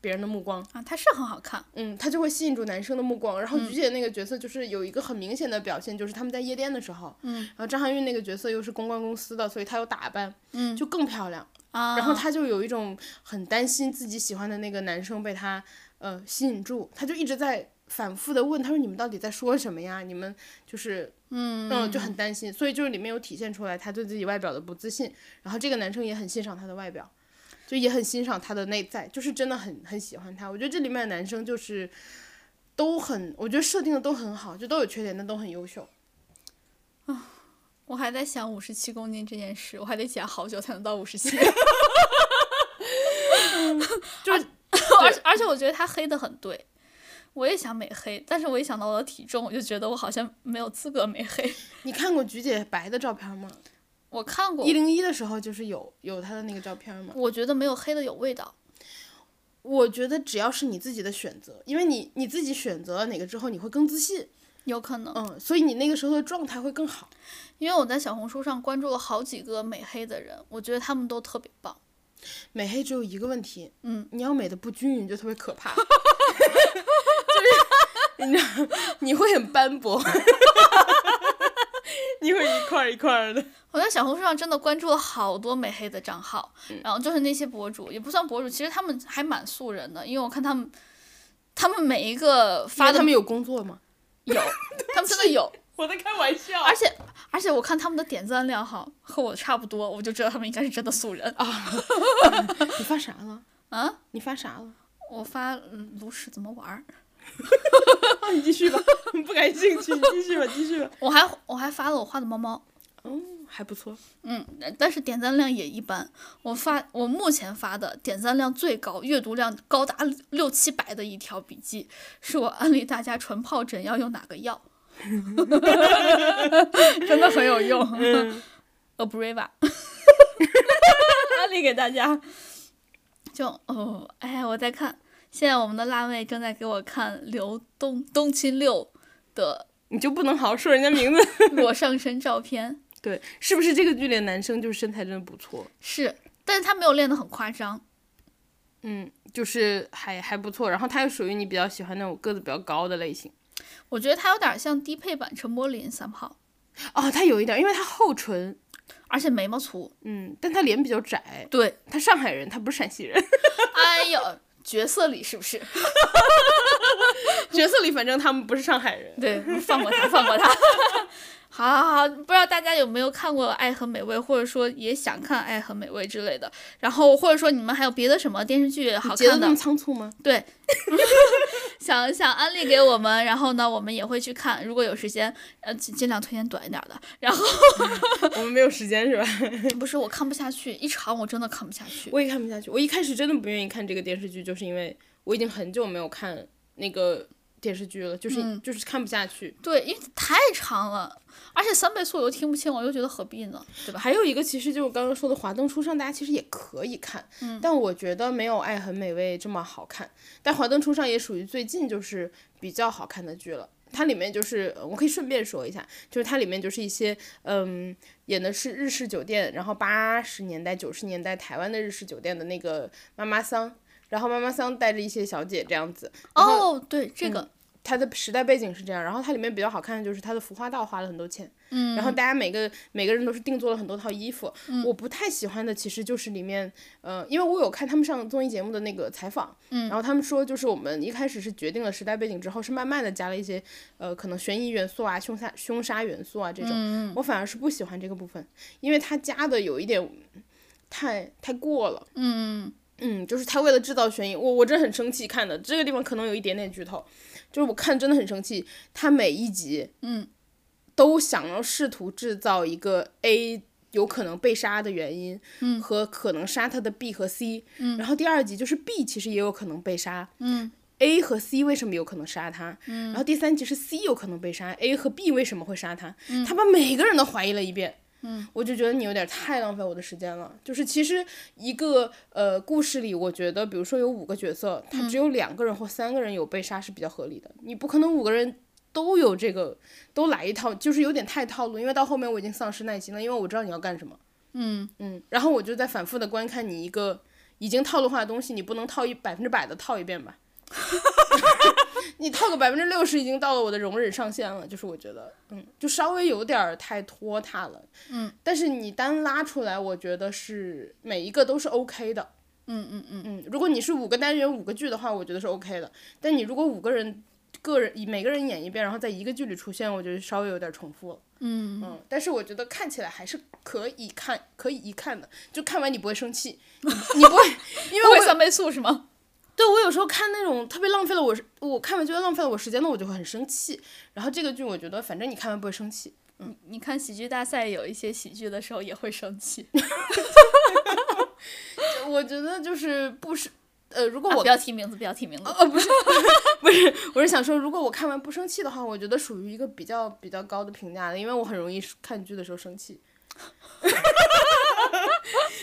Speaker 2: 别人的目光。
Speaker 1: 啊，她是很好看，
Speaker 2: 嗯，他就会吸引住男生的目光。然后
Speaker 1: 嗯
Speaker 2: 菊姐那个角色就是有一个很明显的表现，就是他们在夜店的时候，
Speaker 1: 嗯，
Speaker 2: 然后张含韵那个角色又是公关公司的，所以她有打扮，
Speaker 1: 嗯
Speaker 2: 就更漂亮。
Speaker 1: 啊，
Speaker 2: 然后她就有一种很担心自己喜欢的那个男生被她呃吸引住，她就一直在反复的问，她说你们到底在说什么呀？你们就是
Speaker 1: 嗯
Speaker 2: 嗯就很担心，所以就是里面有体现出来她对自己外表的不自信。然后这个男生也很欣赏她的外表，就也很欣赏她的内在，就是真的很很喜欢她。我觉得这里面的男生就是都很，我觉得设定的都很好，就都有缺点，但都很优秀。
Speaker 1: 我还在想五十七公斤这件事，我还得减好久才能到五十七。
Speaker 2: 就是
Speaker 1: 而且而且我觉得他黑的很对，我也想美黑，但是我一想到我的体重，我就觉得我好像没有资格美黑。
Speaker 2: 你看过菊姐白的照片吗？
Speaker 1: 我看过
Speaker 2: 一，零一的时候就是有有她的那个照片吗？
Speaker 1: 我觉得没有黑的有味道。
Speaker 2: 我觉得只要是你自己的选择，因为你你自己选择了哪个之后，你会更自信，
Speaker 1: 有可能，
Speaker 2: 嗯，所以你那个时候的状态会更好。
Speaker 1: 因为我在小红书上关注了好几个美黑的人，我觉得他们都特别棒。
Speaker 2: 美黑只有一个问题，
Speaker 1: 嗯，
Speaker 2: 你要美的不均匀就特别可怕， 就是你知道你会很斑驳， 你会一块儿一块儿的。
Speaker 1: 我在小红书上真的关注了好多美黑的账号，
Speaker 2: 嗯
Speaker 1: 然后就是那些博主，也不算博主，其实他们还蛮素人的，因为我看他们，他们每一个
Speaker 2: 发
Speaker 1: 发的
Speaker 2: 他们有工作吗？
Speaker 1: 有，他们真的有，
Speaker 2: 我在开玩笑
Speaker 1: 而且而且我看他们的点赞量哈和我差不多，我就知道他们应该是真的素人。
Speaker 2: 你发啥了？
Speaker 1: 啊，
Speaker 2: 你发啥了？
Speaker 1: 我发嗯炉石怎么玩儿，
Speaker 2: 你继续吧，你 不感兴趣，你继续吧，继续吧。
Speaker 1: 我还我还发了我画的猫猫，
Speaker 2: 嗯，还不错。
Speaker 1: 嗯，但是点赞量也一般。我发我目前发的点赞量最高、阅读量高达六七百的一条笔记，是我安利大家纯疱疹要用哪个药， 真的很有用。Abreva，安利给大家。就哦，哎，我在看，现在我们的辣妹正在给我看刘东东青六的
Speaker 2: 你就不能好好说人家名字？
Speaker 1: 裸上身照片，
Speaker 2: 对，是不是这个剧里的男生就是身材真的不错？
Speaker 1: 是，但是他没有练得很夸张。
Speaker 2: 嗯，就是还还不错。然后他又属于你比较喜欢那种个子比较高的类型。
Speaker 1: 我觉得他有点像低配版陈柏霖三炮，
Speaker 2: 哦，他有一点，因为他厚唇，
Speaker 1: 而且眉毛粗。
Speaker 2: 嗯，但他脸比较窄。
Speaker 1: 对，
Speaker 2: 他上海人，他不是陕西人。
Speaker 1: 哎呦，角色里是不是？
Speaker 2: 角色里反正他们不是上海人。
Speaker 1: 对，放过他，放过他。 好好好，不知道大家有没有看过《爱很美味》，或者说也想看《爱很美味》之类的。然后或者说你们还有别的什么电视剧好
Speaker 2: 节奏
Speaker 1: 看
Speaker 2: 那
Speaker 1: 的
Speaker 2: 么，仓促吗？
Speaker 1: 对， 想想安利给我们，然后呢，我们也会去看，如果有时间，呃，尽尽量推荐短一点的。然后
Speaker 2: 我们没有时间是吧？
Speaker 1: 不是我看不下去，一场我真的看不下去。
Speaker 2: 我也看不下去。我一开始真的不愿意看这个电视剧，就是因为我已经很久没有看那个电视剧了，就是、就是看不下去。
Speaker 1: 对，因为太长了，而且三倍速我又听不清，我又觉得何必呢，对吧？
Speaker 2: 还有一个其实就是我刚刚说的《华灯初上》，大家其实也可以看，但我觉得没有《爱很美味》这么好看。但《华灯初上》也属于最近就是比较好看的剧了。它里面就是，呃我可以顺便说一下，就是它里面就是一些，嗯，演的是日式酒店，然后八十年代、九十年代台湾的日式酒店的那个妈妈桑，然后妈妈桑带着一些小姐这样子，然后
Speaker 1: 哦，对，这个、
Speaker 2: 它的时代背景是这样，然后它里面比较好看的就是它的服化道花了很多钱，嗯，然后大家每个每个人都是定做了很多套衣服，我不太喜欢的其实就是里面，呃，因为我有看他们上综艺节目的那个采访，嗯，然后他们说就是我们一开始是决定了时代背景之后，是慢慢的加了一些，呃，可能悬疑元素啊、凶杀凶杀元素啊这种，我反而是不喜欢这个部分，因为它加的有一点太太过了，嗯。嗯，就是他为了制造悬疑，我我真的很生气看的这个地方可能有一点点剧透，就是我看真的很生气，他每一集，嗯，都想要试图制造一个 A 有可能被杀的原因，嗯，和可能杀他的 B 和 C，嗯，然后第二集就是 B 其实也有可能被杀，嗯。A 和 C 为什么有可能杀他？嗯、然后第三集是 C 有可能被杀，A 和 B 为什么会杀他？他把每个人都怀疑了一遍。嗯，我就觉得你有点太浪费我的时间了。就是其实一个呃故事里，我觉得比如说有五个角色，他只有两个人或三个人有被杀是比较合理的。你不可能五个人都有这个，都来一套，就是有点太套路。因为到后面我已经丧失耐心了，因为我知道你要干什么。嗯嗯，然后我就在反复的观看你一个已经套路化的东西，你不能套一百分之百的套一遍吧？ 你套个百分之六十已经到了我的容忍上限了，就是我觉得，嗯，就稍微有点儿太拖沓了。但是你单拉出来，我觉得是每一个都是 OK 的。嗯嗯嗯嗯，如果你是五个单元五个剧的话，我觉得是 OK 的。但你如果五个人个人以每个人演一遍，然后在一个剧里出现，我觉得稍微有点重复了。嗯但是我觉得看起来还是可以看， 可以一看的，就看完你不会生气，你你不会，因为
Speaker 1: 不
Speaker 2: 我
Speaker 1: 会三倍速是吗？
Speaker 2: 对我有时候看那种特别浪费了我时，我看完觉得浪费了我时间的，我就会很生气。然后这个剧我觉得反正你看完不会生气，
Speaker 1: 你你看喜剧大赛有一些喜剧的时候也会生气，
Speaker 2: 我觉得就是不是呃，如果
Speaker 1: 啊
Speaker 2: 我
Speaker 1: 不要提名字，不要提名字。
Speaker 2: 我是想说，如果我看完不生气的话，我觉得属于一个比较比较高的评价的，因为我很容易看剧的时候生气。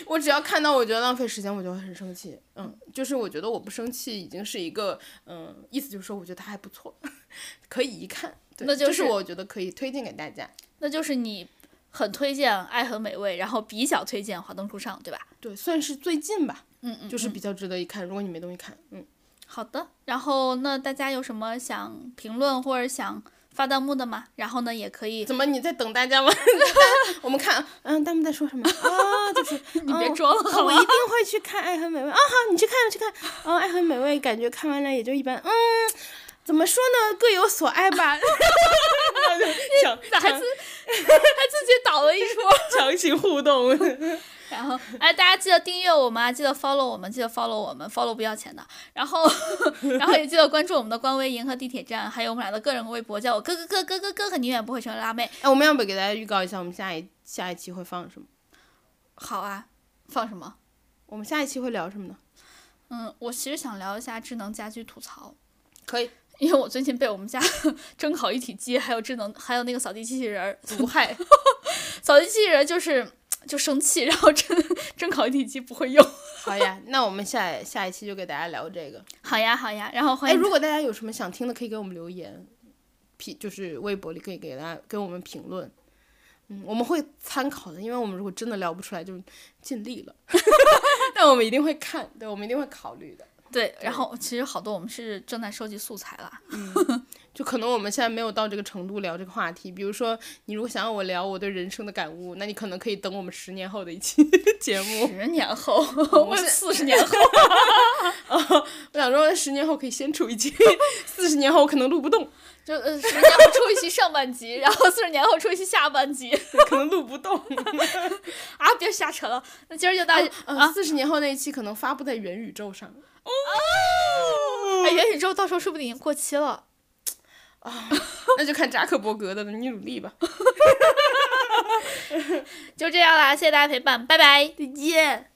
Speaker 2: 我只要看到我觉得浪费时间，我就会很生气。嗯，就是我觉得我不生气已经是一个，嗯，意思就是说我觉得它还不错， 可以一看。对
Speaker 1: 那就
Speaker 2: 这
Speaker 1: 是
Speaker 2: 是我觉得可以推荐给大家。
Speaker 1: 那就是你很推荐《爱很美味》，然后比较推荐《华灯初上》，对吧？
Speaker 2: 对，算是最近吧，
Speaker 1: 嗯嗯，
Speaker 2: 就是比较值得一看。如果你没东西看，嗯，
Speaker 1: 好的。然后那大家有什么想评论或者想发弹幕的吗？然后呢，也可以，
Speaker 2: 怎么你在等 大家吗？我们看，嗯，弹幕在说什么 啊？就是
Speaker 1: 你别装了，好
Speaker 2: 哦我
Speaker 1: 吗
Speaker 2: 一？定会去看《爱很美味》啊！好，你去看，去看。哦，《爱很美味》感觉看完了也就一般，嗯，怎么说呢，各有所爱 吧。强
Speaker 1: 还
Speaker 2: 强
Speaker 1: 自还自己倒了一出。
Speaker 2: 强行互 动，
Speaker 1: 然后，哎，大家记得订阅我们啊，记得 follow 我们，记得 follow 我们，follow 不要钱的。然后， 然后也记得关注我们的官微“银河地铁站”，还有我们俩的个人微博，叫我哥哥哥哥哥哥，和你永远不会成为辣妹。
Speaker 2: 哎，我们要不要给大家预告一下，我们下一下一期会放什么？
Speaker 1: 好啊，放什么？
Speaker 2: 我们下一期会聊什么呢？
Speaker 1: 嗯，我其实想聊一下智能家居吐槽，
Speaker 2: 可以，
Speaker 1: 因为我最近被我们家 蒸烤一体机，还有智能，还有那个扫地机器人儿毒害。扫地机器人就是就生气， 然后蒸蒸烤一体机不会用。
Speaker 2: 好呀，那我们下下一期就给大家聊这个。
Speaker 1: 好呀好呀，然后欢
Speaker 2: 哎，
Speaker 1: 迎
Speaker 2: 如果大家有什么想听的，可以给我们留言，评就是微博里可以给大家给我们评论，嗯，我们会参考的，因为我们如果真的聊不出来，就尽力了， 但我们一定会看，对我们一定会考虑的，
Speaker 1: 对，然后其实好多我们是正在收集素材 啦。
Speaker 2: 就可能我们现在没有到这个程度聊这个话题，比如说你如果想要我聊我对人生的感悟，那你可能可以等我们十年后的一期 节目，
Speaker 1: 十年后，
Speaker 2: 我
Speaker 1: 我
Speaker 2: 是
Speaker 1: 四十年后，
Speaker 2: 我想说十年后可以先出一期， 四十年后我可能录不动，
Speaker 1: 就呃十年后出一期上半集，然后四十年后出一期下半集
Speaker 2: 可能录不动，
Speaker 1: 啊！别瞎扯了，那今儿就到
Speaker 2: 啊，四十年后那一期可能发布在元宇宙上。
Speaker 1: 哎元宇宙，到时候说不定已经过期了。
Speaker 2: 那就看扎克伯格的了，你努力吧。
Speaker 1: 就这样啦，谢谢大家陪伴，拜拜，再见。